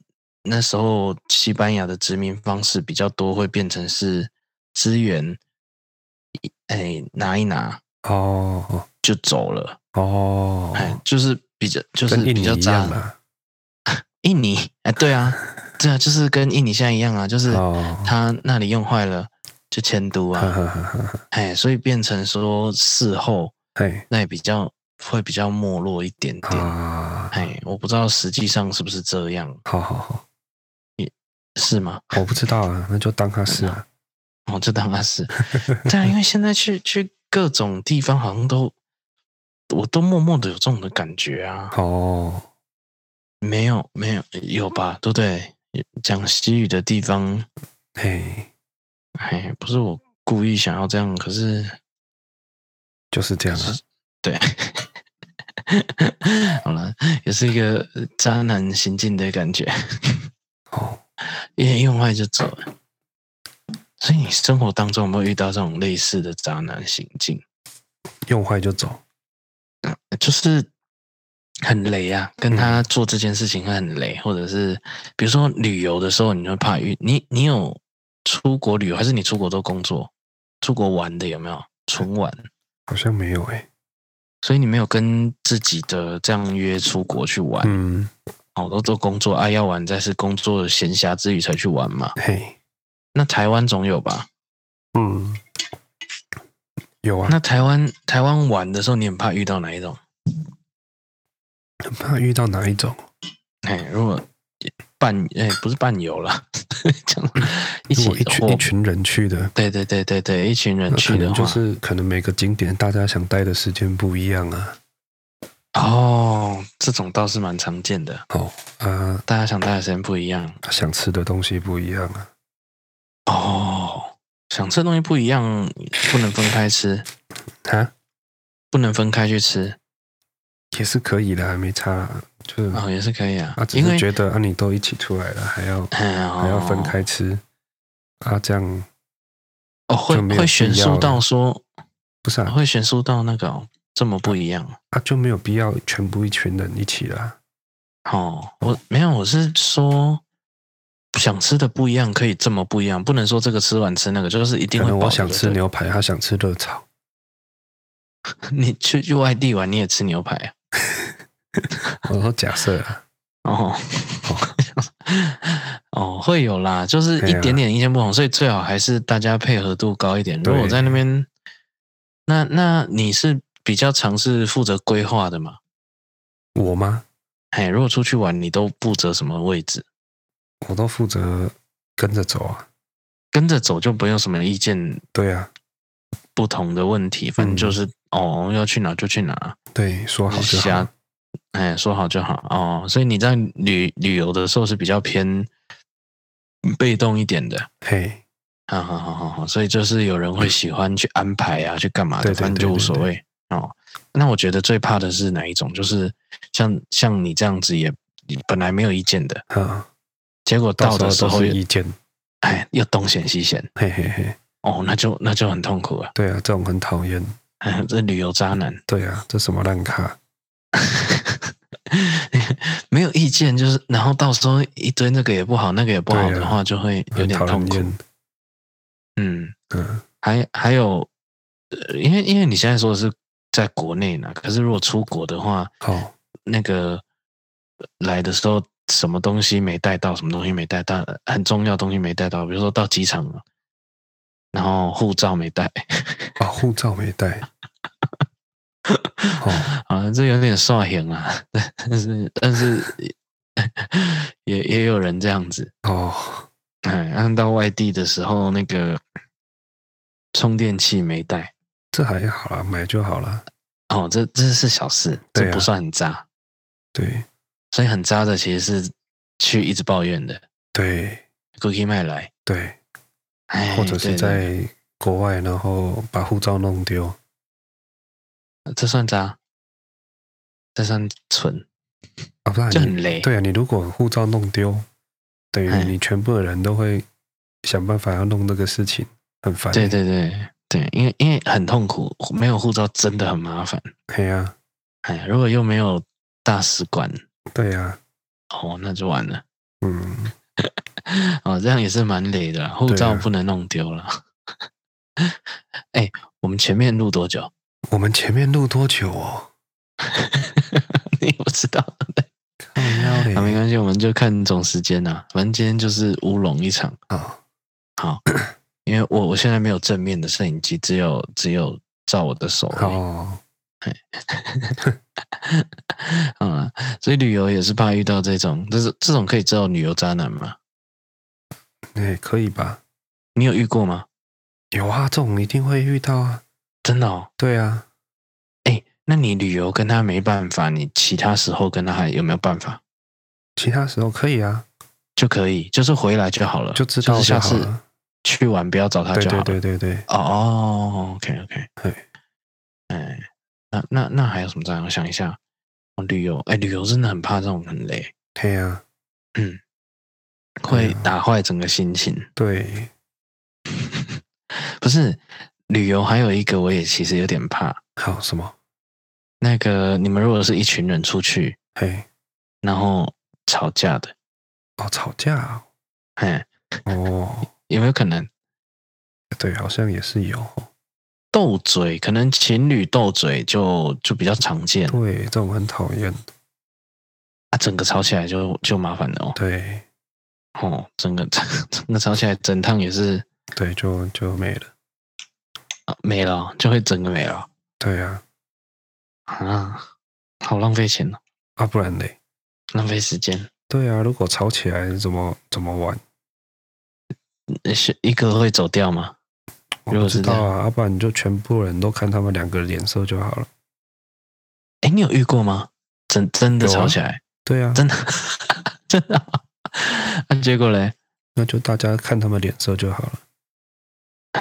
Speaker 1: 那时候西班牙的殖民方式比较多，会变成是资源，哎，拿一拿
Speaker 2: 哦
Speaker 1: 就走了，
Speaker 2: 哦，
Speaker 1: 哎，就是比较就是
Speaker 2: 跟印
Speaker 1: 比
Speaker 2: 尼
Speaker 1: 较
Speaker 2: 一
Speaker 1: 渣
Speaker 2: 样。啊。
Speaker 1: 印尼，哎，对 啊，对啊，就是跟印尼现在一样啊，就是
Speaker 2: 哦，
Speaker 1: 他那里用坏了就迁都
Speaker 2: 哈
Speaker 1: 啊，
Speaker 2: 哈哈哈哈，
Speaker 1: 哎，所以变成说事后
Speaker 2: 嘿
Speaker 1: 那也比较会比较没落一点点。
Speaker 2: 啊，
Speaker 1: 哎，我不知道实际上是不是这样，
Speaker 2: 好好好，
Speaker 1: 是吗？
Speaker 2: 我不知道啊，那就当他是啊。
Speaker 1: 我就当他是对啊，因为现在去去各种地方，好像都我都默默的有这种的感觉啊。
Speaker 2: 哦，
Speaker 1: 没有，没有，有吧？对不对？讲西语的地方，
Speaker 2: 嘿，
Speaker 1: 哎，不是我故意想要这样，可是
Speaker 2: 就是这样啊。
Speaker 1: 对， 好了，也是一个渣男行径的感觉，
Speaker 2: 哦，
Speaker 1: 一人用坏就走了。所以你生活当中有没有遇到这种类似的渣男行径？
Speaker 2: 用坏就走。
Speaker 1: 就是很雷啊，跟
Speaker 2: 嗯
Speaker 1: 他做这件事情会很雷，或者是比如说旅游的时候，你会怕遇你你有出国旅游，还是你出国都工作，出国玩的有没有纯玩？
Speaker 2: 好像没有欸诶、
Speaker 1: 所以你没有跟自己的这样约出国去玩，
Speaker 2: 嗯，
Speaker 1: 好多都工作啊，要玩再是工作的闲暇之余才去玩嘛。
Speaker 2: 嘿，
Speaker 1: 那台湾总有吧？
Speaker 2: 嗯，有啊。
Speaker 1: 那台湾台湾玩的时候，你很怕遇到哪一种？
Speaker 2: 怕遇到哪一种？
Speaker 1: 哎，如果伴哎不是伴游啦， 这样一
Speaker 2: 如
Speaker 1: 起
Speaker 2: 果一群
Speaker 1: 或
Speaker 2: 一群人去的，
Speaker 1: 对对对对对，一群人
Speaker 2: 那可
Speaker 1: 去的
Speaker 2: 能
Speaker 1: 话，
Speaker 2: 就是可能每个景点大家想待的时间不一样啊。
Speaker 1: 哦，这种倒是蛮常见的，
Speaker 2: 哦啊，
Speaker 1: 大家想待的时间不一样
Speaker 2: 想吃的东西不一样啊。
Speaker 1: 哦，想吃的东西不一样，不能分开吃，
Speaker 2: 啊，
Speaker 1: 不能分开去吃，
Speaker 2: 也是可以的，啊没差啦，就是
Speaker 1: 哦，也是可以啊，
Speaker 2: 啊，只
Speaker 1: 因为
Speaker 2: 是觉得啊，你都一起出来了，还要
Speaker 1: 哎哦
Speaker 2: 还要分开吃啊，这样
Speaker 1: 哦，会
Speaker 2: 就没有
Speaker 1: 会悬
Speaker 2: 必要
Speaker 1: 殊
Speaker 2: 了嗯
Speaker 1: 到说
Speaker 2: 不是啊
Speaker 1: 会悬殊到那个哦、这么不一样
Speaker 2: 啊，就没有必要全部一群人一起啦。
Speaker 1: 哦，我没有，我是说。想吃的不一样，可以这么不一样，不能说这个吃完吃那个，就是一定
Speaker 2: 可
Speaker 1: 会
Speaker 2: 能
Speaker 1: 饱
Speaker 2: 我
Speaker 1: 的
Speaker 2: 想
Speaker 1: 对
Speaker 2: 吃
Speaker 1: 不对
Speaker 2: 牛排，他想吃热炒，
Speaker 1: 你去去外地玩，你也吃牛排啊？
Speaker 2: 我说假设啊，
Speaker 1: 哦， 哦，会有啦，就是
Speaker 2: 啊
Speaker 1: 一点点意见不同，所以最好还是大家配合度高一点。如
Speaker 2: 对
Speaker 1: 果在那边，那那你是比较尝试负责规划的嘛？
Speaker 2: 我吗？
Speaker 1: 哎，如果出去玩，你都负责什么位置？
Speaker 2: 我都负责跟着走啊。
Speaker 1: 跟着走就不用什么意见
Speaker 2: 对啊，
Speaker 1: 不同的问题，反正
Speaker 2: 嗯
Speaker 1: 就是、哦，要去哪就去哪，
Speaker 2: 对，说好就
Speaker 1: 瞎
Speaker 2: 好。
Speaker 1: 哎说好就好哦。所以你在旅旅游的时候是比较偏被动一点的。
Speaker 2: 嘿，
Speaker 1: 好好好好好，所以就是有人会喜欢去安排啊，去干嘛的，
Speaker 2: 对对
Speaker 1: 反正就无所谓。哦，那我觉得最怕的是哪一种？就是像像你这样子也本来没有意见的，
Speaker 2: 啊，
Speaker 1: 结果
Speaker 2: 到
Speaker 1: 到的
Speaker 2: 时
Speaker 1: 时
Speaker 2: 候
Speaker 1: 候
Speaker 2: 都是
Speaker 1: 又
Speaker 2: 意见，
Speaker 1: 哎又东嫌西嫌，
Speaker 2: 嘿嘿嘿，
Speaker 1: 哦，那就那就很痛苦了。
Speaker 2: 对啊，这种很讨厌，
Speaker 1: 哎这旅游渣男
Speaker 2: 对啊，这什么烂咖，
Speaker 1: 没有意见，就是然后到时候一堆那个也不好，那个也不好
Speaker 2: 对
Speaker 1: 的
Speaker 2: 啊
Speaker 1: 话，就会有
Speaker 2: 很
Speaker 1: 点
Speaker 2: 讨人
Speaker 1: 痛苦。
Speaker 2: 厌，
Speaker 1: 嗯，
Speaker 2: 嗯，
Speaker 1: 还还有，呃因为因为你现在说的是在国内呢，可是如果出国的话，
Speaker 2: 好，
Speaker 1: 那个呃来的时候什么东西没带到，什么东西没带到，呃很重要的东西没带到，比如说到机场了，然后护照没带，
Speaker 2: 啊，护照没带， 哦，
Speaker 1: 啊，这有点刷型啊， 但是但是也 也有人这样子，
Speaker 2: 哦，
Speaker 1: 哎，按到外地的时候那个充电器没带，
Speaker 2: 这还好啦，买就好啦，
Speaker 1: 哦，这这是小事，
Speaker 2: 对
Speaker 1: 这
Speaker 2: 啊
Speaker 1: 不算很渣，
Speaker 2: 对
Speaker 1: 所以很渣的其实是去一直抱怨的
Speaker 2: 对
Speaker 1: ，Cookie 麦来，
Speaker 2: 对，
Speaker 1: 哎，
Speaker 2: 或者
Speaker 1: 对
Speaker 2: 是
Speaker 1: 的
Speaker 2: 在国外，然后把护照弄丢，
Speaker 1: 这算渣，这算蠢，
Speaker 2: 啊，不然
Speaker 1: 就
Speaker 2: 你
Speaker 1: 很雷。
Speaker 2: 对啊，你如果护照弄丢，等于
Speaker 1: 哎
Speaker 2: 你全部的人都会想办法要弄这个事情，很烦。
Speaker 1: 对，对对对因为因为很痛苦，没有护照真的很麻烦。
Speaker 2: 嘿呀、
Speaker 1: 哎，如果又没有大使馆，
Speaker 2: 对呀、
Speaker 1: 哦，那就完了。
Speaker 2: 嗯，
Speaker 1: 哦，这样也是蛮累的啦，护照
Speaker 2: 对啊
Speaker 1: 不能弄丢了。 哎、我们前面录多久？
Speaker 2: 我们前面录多久哦？
Speaker 1: 你不知道？
Speaker 2: 靠腰嘞
Speaker 1: 啊，没关系，我们就看总时间呐、反正今天就是乌龙一场，
Speaker 2: 啊，
Speaker 1: 因为我我现在没有正面的摄影机，只有只有照我的手而已。
Speaker 2: 好哦，
Speaker 1: 啊、所以旅游也是怕遇到这种，这是这种可以叫旅游渣男吗？
Speaker 2: 哎，可以吧？
Speaker 1: 你有遇过吗？
Speaker 2: 有啊，这种一定会遇到啊。
Speaker 1: 真的哦，
Speaker 2: 对啊，
Speaker 1: 哎，那你旅游跟他没办法，你其他时候跟他还有没有办法？
Speaker 2: 其他时候可以啊，
Speaker 1: 就可以，就是回来啊就好了，
Speaker 2: 就知道
Speaker 1: 是
Speaker 2: 就
Speaker 1: 下
Speaker 2: 好
Speaker 1: 次
Speaker 2: 了。
Speaker 1: 去玩不要找他
Speaker 2: 对
Speaker 1: 就好
Speaker 2: 对
Speaker 1: 了。
Speaker 2: 对对对，
Speaker 1: 哦哦，OK OK，
Speaker 2: 对，
Speaker 1: 哎，那那那还有什么渣？我想一下，哦旅游，哎，旅游真的很怕这种很累，
Speaker 2: 嘿呀、啊，
Speaker 1: 会
Speaker 2: 对啊
Speaker 1: 打坏整个心情。
Speaker 2: 对，
Speaker 1: 不是旅游，还有一个我也其实有点怕，
Speaker 2: 好什么？
Speaker 1: 那个你们如果是一群人出去，
Speaker 2: 嘿，
Speaker 1: 然后吵架的，
Speaker 2: 哦，吵架啊
Speaker 1: 嘿，
Speaker 2: 哦，
Speaker 1: 有没有可能
Speaker 2: 对，好像也是有哦。
Speaker 1: 斗嘴？可能情侣斗嘴就就比较常见
Speaker 2: 对，这种很讨厌。
Speaker 1: 啊，整个吵起来就就麻烦了哦，
Speaker 2: 对
Speaker 1: 哦，整个 整个吵起来，整趟也是、
Speaker 2: 对，就就没了。
Speaker 1: 啊、没了哦，就会整个没了
Speaker 2: 对啊，
Speaker 1: 啊，好浪费钱哦，
Speaker 2: 啊，不然嘞？
Speaker 1: 浪费时间，
Speaker 2: 对啊，如果吵起来怎么怎么玩？
Speaker 1: 呃是一个会走掉吗？
Speaker 2: 我
Speaker 1: 如
Speaker 2: 不
Speaker 1: 果
Speaker 2: 知
Speaker 1: 是这
Speaker 2: 道
Speaker 1: 样
Speaker 2: 啊，要、不然你就全部人都看他们两个脸色就好了。
Speaker 1: 哎，你有遇过吗？真真的
Speaker 2: 有啊
Speaker 1: 吵起来，
Speaker 2: 对啊，
Speaker 1: 真的 真的啊、 啊，结果嘞
Speaker 2: 那就大家看他们脸色就好了。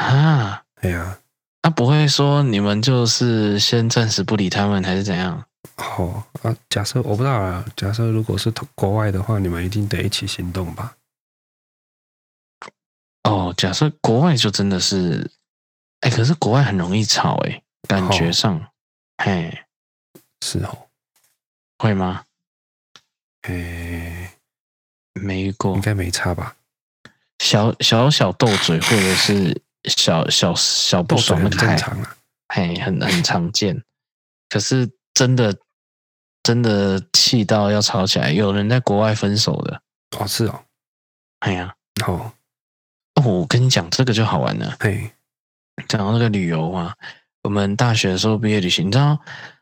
Speaker 1: 啊。
Speaker 2: 哎呀，
Speaker 1: 他不会说你们就是先暂时不理他们，还是怎样？
Speaker 2: 好、啊，假设我不知道啊，假设如果是同国外的话，你们一定得一起行动吧？
Speaker 1: 哦，假设国外就真的是，哎，可是国外很容易吵，哎，感觉上，嘿，
Speaker 2: 是哦，
Speaker 1: 会吗？
Speaker 2: 哎，
Speaker 1: 没遇过
Speaker 2: 应该没差吧？
Speaker 1: 小小小斗嘴，或者是小小小不
Speaker 2: 斗嘴
Speaker 1: 爽的
Speaker 2: 很正
Speaker 1: 开，
Speaker 2: 常啊。
Speaker 1: 嘿，很很常见。可是真的真的气到要吵起来，有人在国外分手的，
Speaker 2: 哦，是哦，
Speaker 1: 哎呀，
Speaker 2: 哦，
Speaker 1: 哦，我跟你讲，这个就好玩了。
Speaker 2: 嘿，
Speaker 1: 讲到那个旅游嘛，我们大学的时候毕业旅行，你知道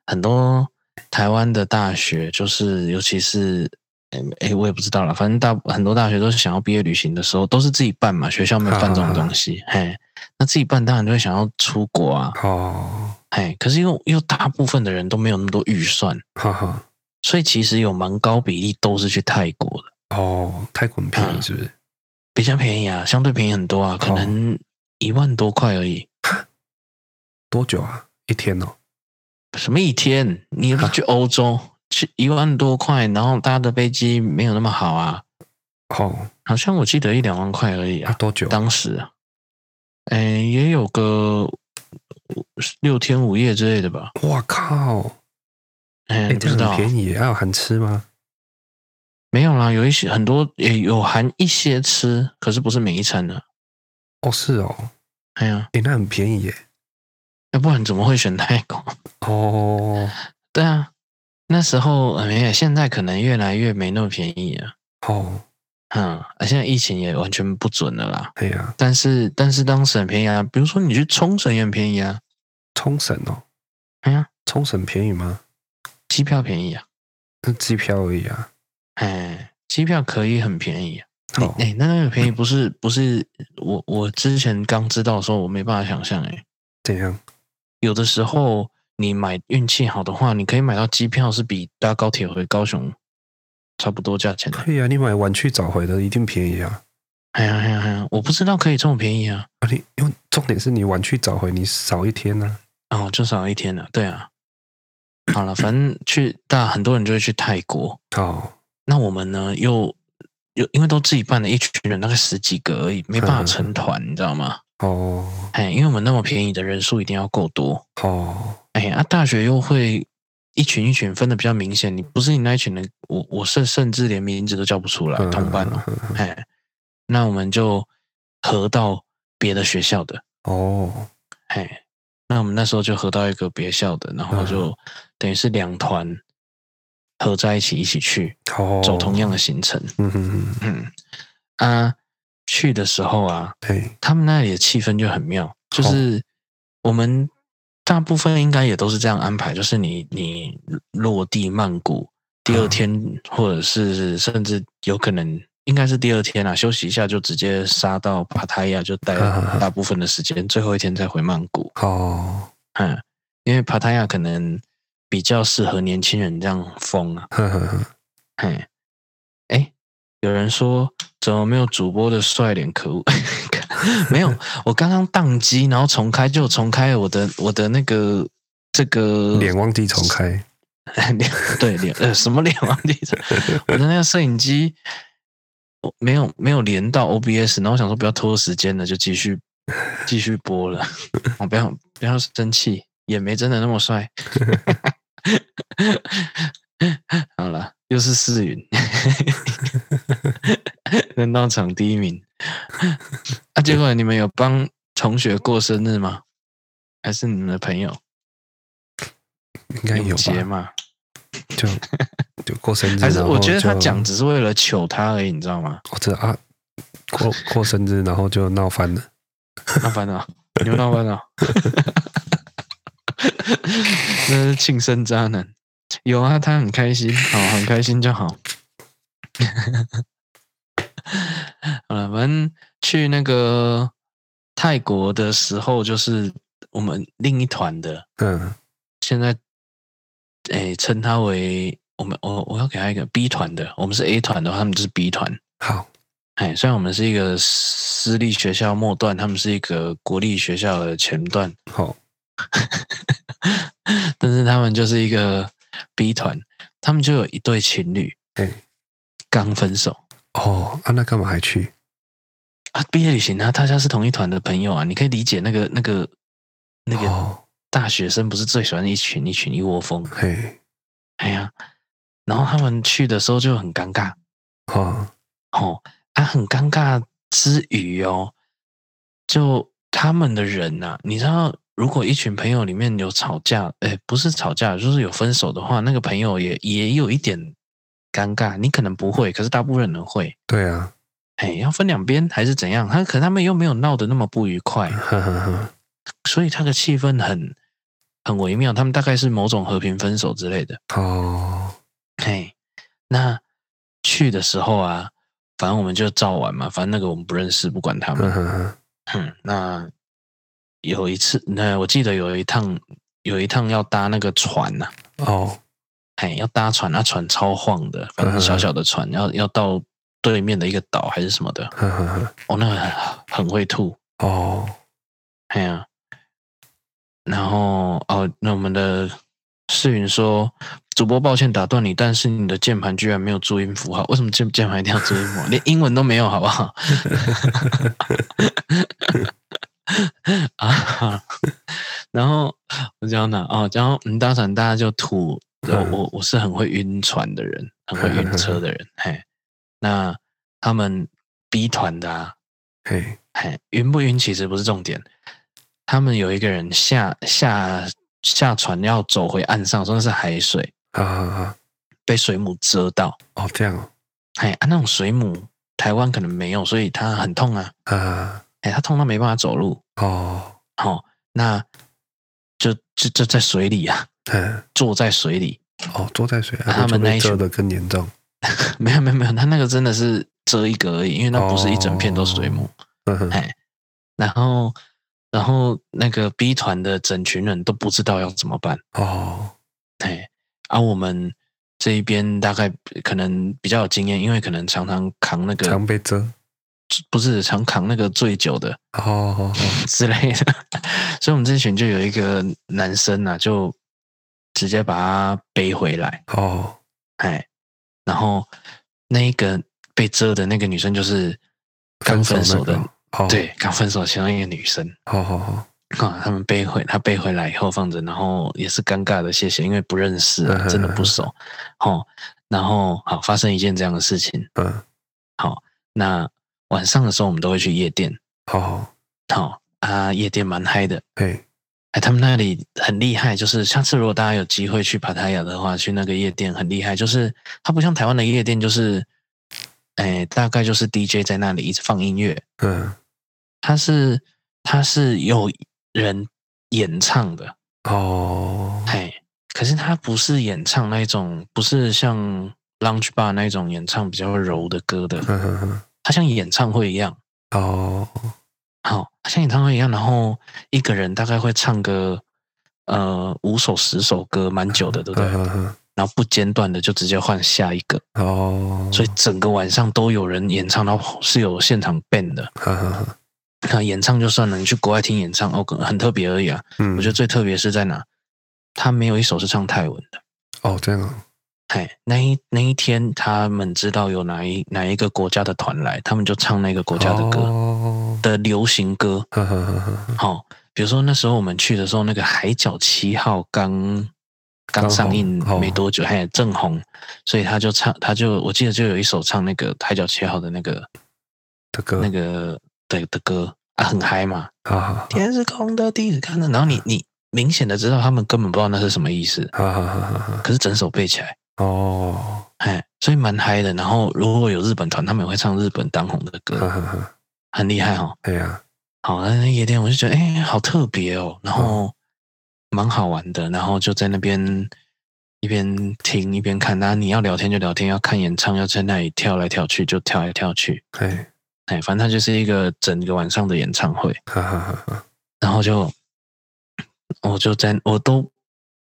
Speaker 1: 很多台湾的大学，就是尤其是诶诶，我也不知道了，反正大很多大学都是想要毕业旅行的时候都是自己办嘛，学校没有办这种东西，嘿，那自己办当然就会想要出国啊，
Speaker 2: 哦，
Speaker 1: 嘿，可是又又大部分的人都没有那么多预算，
Speaker 2: 哈哈，
Speaker 1: 所以其实有蛮高比例都是去泰国的，
Speaker 2: 哦，太滚皮了是不是？
Speaker 1: 比较便宜啊，相对便宜很多啊，可能一万多块而已，
Speaker 2: 多久啊？一天哦？
Speaker 1: 什么一天？你去欧 洲去一万多块，然后搭的飞机没有那么好啊，
Speaker 2: 哦，
Speaker 1: 好像我记得一两万块而已
Speaker 2: 要
Speaker 1: 啊。
Speaker 2: 多久？
Speaker 1: 当时啊，哎，也有个六天五夜之类的吧。
Speaker 2: 哇靠！
Speaker 1: 哎，
Speaker 2: 哎，
Speaker 1: 不
Speaker 2: 这
Speaker 1: 知
Speaker 2: 样
Speaker 1: 道
Speaker 2: 很便宜耶，还有含吃吗？
Speaker 1: 没有啦，有一些很多也有含一些吃，可是不是每一餐的。
Speaker 2: 哦，是哦，
Speaker 1: 哎呀，
Speaker 2: 哎，那很便宜耶。
Speaker 1: 要不然怎么会选泰国？
Speaker 2: 哦，
Speaker 1: 对啊，那时候哎没有，现在可能越来越没那么便宜了。
Speaker 2: 哦，
Speaker 1: 嗯，啊现在疫情也完全不准了啦。
Speaker 2: 哎呀，
Speaker 1: 但是但是当时很便宜啊，比如说你去冲绳也很便宜啊，
Speaker 2: 冲绳哦，
Speaker 1: 哎呀，
Speaker 2: 冲绳便宜吗？
Speaker 1: 机票便宜啊，
Speaker 2: 那机票而已啊。
Speaker 1: 哎，机票可以很便宜、啊。你
Speaker 2: 哦，
Speaker 1: 哎，那那个便宜不是不是我我之前刚知道的时候我没办法想象哎、
Speaker 2: 怎样？
Speaker 1: 有的时候你买运气好的话，你可以买到机票是比搭高铁回高雄差不多价钱的。
Speaker 2: 可以啊，你买晚去早回的一定便宜啊。
Speaker 1: 哎呀哎呀哎呀，我不知道可以这么便宜啊！
Speaker 2: 啊，你因为重点是你晚去早回，你少一天啊呢、
Speaker 1: 哦，就少一天了，对啊。好了，反正去大很多人就会去泰国，
Speaker 2: 啊。哦，
Speaker 1: 那我们呢又又因为都自己办了一群人，大概十几个而已，没办
Speaker 2: 嗯
Speaker 1: 法成团，你知道吗？
Speaker 2: 哦，
Speaker 1: 哎，因为我们那么便宜的人数一定要够多。
Speaker 2: 哦，
Speaker 1: 哎啊，大学又会一群一群分的比较明显，你不是你那一群人，我我甚甚至连名字都叫不出来，
Speaker 2: 嗯
Speaker 1: 同伴哦，哎，那我们就合到别的学校的，
Speaker 2: 哦，
Speaker 1: 哎，那我们那时候就合到一个别校的，然
Speaker 2: 嗯
Speaker 1: 后就等于是两团合在一起一起去
Speaker 2: 哦，
Speaker 1: 走同样的行程，
Speaker 2: 嗯哼哼，
Speaker 1: 嗯啊，去的时候啊，
Speaker 2: 对，
Speaker 1: 他们那里的气氛就很妙，就是我们大部分应该也都是这样安排，就是你你落地曼谷第二天，或者是甚至有可能应该是第二天啊，休息一下就直接杀到帕塔亚，就待
Speaker 2: 啊啊啊
Speaker 1: 大部分的时间，最后一天再回曼谷。
Speaker 2: 哦，
Speaker 1: 嗯，因为帕塔亚可能比较适合年轻人这样疯啊。
Speaker 2: 呵呵呵，
Speaker 1: 嘿，哎，有人说怎么没有主播的帅脸？可恶！ 没有，我刚刚宕机，然后重开就重开了我的我的那个这个
Speaker 2: 脸忘记重开，
Speaker 1: 脸对脸呃什么脸忘记了，我的那个摄影机我没有没有连到 OBS，然后我想说不要拖时间了，就继 续继续播了。我不要不要生气，也没真的那么帅。 好了，又是世云，人道场第一名。啊，结果你们有帮同学过生日吗？还是你们的朋友
Speaker 2: 应该有
Speaker 1: 节
Speaker 2: 吧？
Speaker 1: 嘛？
Speaker 2: 就就过生日，
Speaker 1: 还是
Speaker 2: 然后
Speaker 1: 我觉得他
Speaker 2: 就
Speaker 1: 讲，只是为了求他而已，你知道 吗？
Speaker 2: 我知道啊，过过生日，然后就闹翻了，
Speaker 1: 闹翻了，你们闹翻了， 那是庆生渣男。有啊，他很开心，好，很开心就好。 好了，反正去那个泰国的时候，就是我们另一团的，
Speaker 2: 嗯，
Speaker 1: 现在诶称他为我们，我我要给他一个 B 团的，我们是 A 团的，他们就是 B 团。
Speaker 2: 好，
Speaker 1: 哎，虽然我们是一个私立学校末段，他们是一个国立学校的前段，
Speaker 2: 好，
Speaker 1: 但是他们就是一个 B 团，他们就有一对情侣
Speaker 2: 哎，
Speaker 1: 刚分手
Speaker 2: 哦，啊，那干嘛还去？
Speaker 1: 啊，毕业旅行啊，大家是同一团的朋友啊，你可以理解那个那个那个
Speaker 2: 哦，
Speaker 1: 大学生不是最喜欢一群一群一窝蜂，
Speaker 2: 嘿，
Speaker 1: 哎呀，然后他们去的时候就很尴尬，
Speaker 2: 哦，
Speaker 1: 哦，啊，很尴尬之余哦，就他们的人呐、你知道，如果一群朋友里面有吵架，哎，不是吵架，就是有分手的话，那个朋友也也有一点尴尬。你可能不会，可是大部分人会，
Speaker 2: 对啊，
Speaker 1: 哎，要分两边还是怎样？他可他们又没有闹得那么不愉快，
Speaker 2: 哈哈哈，
Speaker 1: 所以他的气氛很很微妙。他们大概是某种和平分手之类的。
Speaker 2: 哦，
Speaker 1: 嘿，那去的时候啊，反正我们就照玩嘛，反正那个我们不认识，不管他
Speaker 2: 哈
Speaker 1: 们。
Speaker 2: 哈哈，
Speaker 1: 嗯，那有一次，那我记得有一趟，有一趟要搭那个船呐、
Speaker 2: 哦，
Speaker 1: 哎，要搭船，那、船超晃的，反正小小的船，要要到对面的一个岛还是什么的，
Speaker 2: 哈哈哈，
Speaker 1: 哦，那个很很会吐，
Speaker 2: 哦，
Speaker 1: 哎呀、然后哦，那我们的世云说：“主播，抱歉打断你，但是你的键盘居然没有注音符号，为什么键键盘一定要注音符号？连英文都没有，好不好？” 啊，然后我讲哪哦，然后嗯，当场大家就吐。我我我是很会晕船的人，很会晕车的人，嘿。那他们 B 团的啊，
Speaker 2: 嘿，
Speaker 1: 嘿，晕哎不晕其实不是重点。他们有一个人下下下船要走回岸上，说那是海水，
Speaker 2: 啊啊啊，
Speaker 1: 被水母蛰到。
Speaker 2: 哦，这样哦，
Speaker 1: 哎啊，那种水母台湾可能没有，所以它很痛啊。
Speaker 2: 啊，
Speaker 1: 哎，它痛到没办法走路。
Speaker 2: 哦，
Speaker 1: 好、哦，那就就就在水里啊，
Speaker 2: 嗯，
Speaker 1: 坐在水里。
Speaker 2: 哦，坐在水，
Speaker 1: 啊他们那一
Speaker 2: 遮
Speaker 1: 群
Speaker 2: 的更严重，
Speaker 1: 没有没有没有，它那个真的是遮一格而已，因为那不是一整片都水母。
Speaker 2: 嗯哼，
Speaker 1: 哎，然后然后那个 B 团的整群人都不知道要怎么办。
Speaker 2: 哦，
Speaker 1: 哎，啊，我们这一边大概可能比较有经验，因为可能常常扛那个
Speaker 2: 常被遮，
Speaker 1: 不是常扛那个醉酒的
Speaker 2: 哦哦
Speaker 1: 之类的， 所以我们这群就有一个男生啊，就直接把他背回来，
Speaker 2: 哦哦，
Speaker 1: 哎，然后那一个被遮的那个女生就是刚分手的，
Speaker 2: 那个，哦，
Speaker 1: 对，刚分手其中一个女生。
Speaker 2: 哦，好好好，
Speaker 1: 啊，他们背回他背回来以后放着，然后也是尴尬的谢谢，因为不认识、啊，真的不熟。哦，然后好发生一件这样的事情。
Speaker 2: 嗯，
Speaker 1: 那晚上的时候我们都会去夜店，
Speaker 2: 好好，
Speaker 1: 好、啊，夜店蛮嗨的。
Speaker 2: 嘿，
Speaker 1: 哎，他们那里很厉害，就是下次如果大家有机会去帕塔亚的话，去那个夜店很厉害，就是它不像台湾的夜店，就是，哎，大概就是 DJ 在那里一直放音乐，
Speaker 2: 嗯，
Speaker 1: 它是它是有人演唱的，
Speaker 2: 어,哦，
Speaker 1: 哎，可是它不是演唱那一种，不是像 lounge bar 那一种演唱比较柔的歌的，
Speaker 2: 嗯哼哼，
Speaker 1: 它像演唱会一样，
Speaker 2: 哦，
Speaker 1: 好、它像演唱会一样，然后一个人大概会唱个呃五首十首歌，蛮久的，对不对？
Speaker 2: 嗯哼
Speaker 1: 然后不间断的就直接换下一个，
Speaker 2: 哼，哦，
Speaker 1: 所以，整个晚上都有人演唱，然后是有现场 band 的。
Speaker 2: 嗯哼哼，
Speaker 1: 那演唱就算了，你去国外听演唱哦，可能很特别而已啊。
Speaker 2: 嗯，
Speaker 1: 我觉得最特别是在哪？他没有一首是唱泰文的。
Speaker 2: 哦，这样哦，
Speaker 1: 哎，那一那一天，他们知道有哪一哪一个国家的团来，他们就唱那个国
Speaker 2: 我
Speaker 1: 家的歌、
Speaker 2: 哦，嗯
Speaker 1: 的流行歌。
Speaker 2: 呵呵呵呵，
Speaker 1: 好、比如说那时候我们去的时候，那个《海角七号》刚刚上映
Speaker 2: 刚红哦
Speaker 1: 没多久，还正红，所以他就唱，他就我记得就有一首唱那个《海角七号》的那个
Speaker 2: 的歌，
Speaker 1: 那个的的歌啊，很嗨嘛，
Speaker 2: 好好
Speaker 1: 天是空的，地是看的，然后你你明显的知道他们根本不知道那是什么意思，
Speaker 2: 好好好好，
Speaker 1: 可是整首背起来。
Speaker 2: 哦，
Speaker 1: 哎，所以蛮嗨的。然后如果有日本团，他们也会唱日本当红的
Speaker 2: 呵
Speaker 1: 歌，
Speaker 2: 呵呵，
Speaker 1: 很厉害哦。
Speaker 2: 哎呀，
Speaker 1: 好，那夜店我就觉得，哎，好特别哦，然后蛮好玩的。然后就在那边一边听一边看，那你要聊天就聊天，要看演唱要在那里跳来跳去就跳来跳去。
Speaker 2: 哎，
Speaker 1: 哎，反正它就是一个整个晚上的演唱会。
Speaker 2: 哈哈哈哈，
Speaker 1: 然后就我就在我都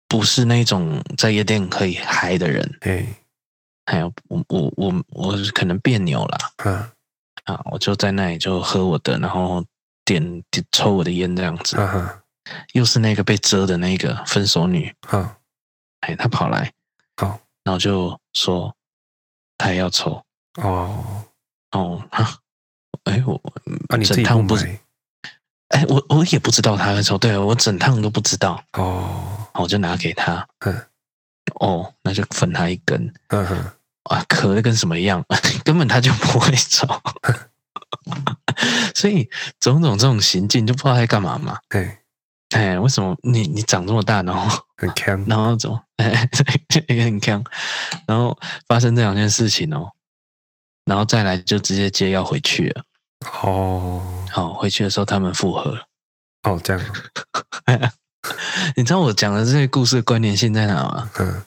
Speaker 1: 不是那种在夜店可以嗨的人，
Speaker 2: 哎，
Speaker 1: 还有我我我我可能别扭啦。
Speaker 2: 啊，
Speaker 1: 啊，我就在那里就喝我的，然后点点抽我的烟这样子。
Speaker 2: 哈哈，
Speaker 1: 又是那个被遮的那个分手女，
Speaker 2: 好，
Speaker 1: 哎，她跑来，
Speaker 2: 好，
Speaker 1: 然后就说她也要抽，
Speaker 2: 哦，
Speaker 1: 哦， 哈，哎我，
Speaker 2: 啊，你自己
Speaker 1: 整
Speaker 2: 不
Speaker 1: 趟不
Speaker 2: 买，
Speaker 1: 哎我我也不知道她会抽，对啊我整趟都不知道，
Speaker 2: 哦，
Speaker 1: 我就拿给她，
Speaker 2: 嗯，
Speaker 1: 哦，那就分她一根，
Speaker 2: 嗯哼，
Speaker 1: 啊，咳的跟什么一样， 根本她就不会抽，所以种种这种行径就不知道在干嘛嘛。
Speaker 2: 哎，
Speaker 1: 哎，为什么你你长这么大，然后
Speaker 2: 很强，
Speaker 1: 然后怎么哎 也很强，然后发生这两件事情哦，然后再来就直接接要回去了。
Speaker 2: 哦，
Speaker 1: 好、回去的时候他们复合了。
Speaker 2: 哦，这样，
Speaker 1: 你知道我讲的这些故事的关联性在哪吗？
Speaker 2: 嗯，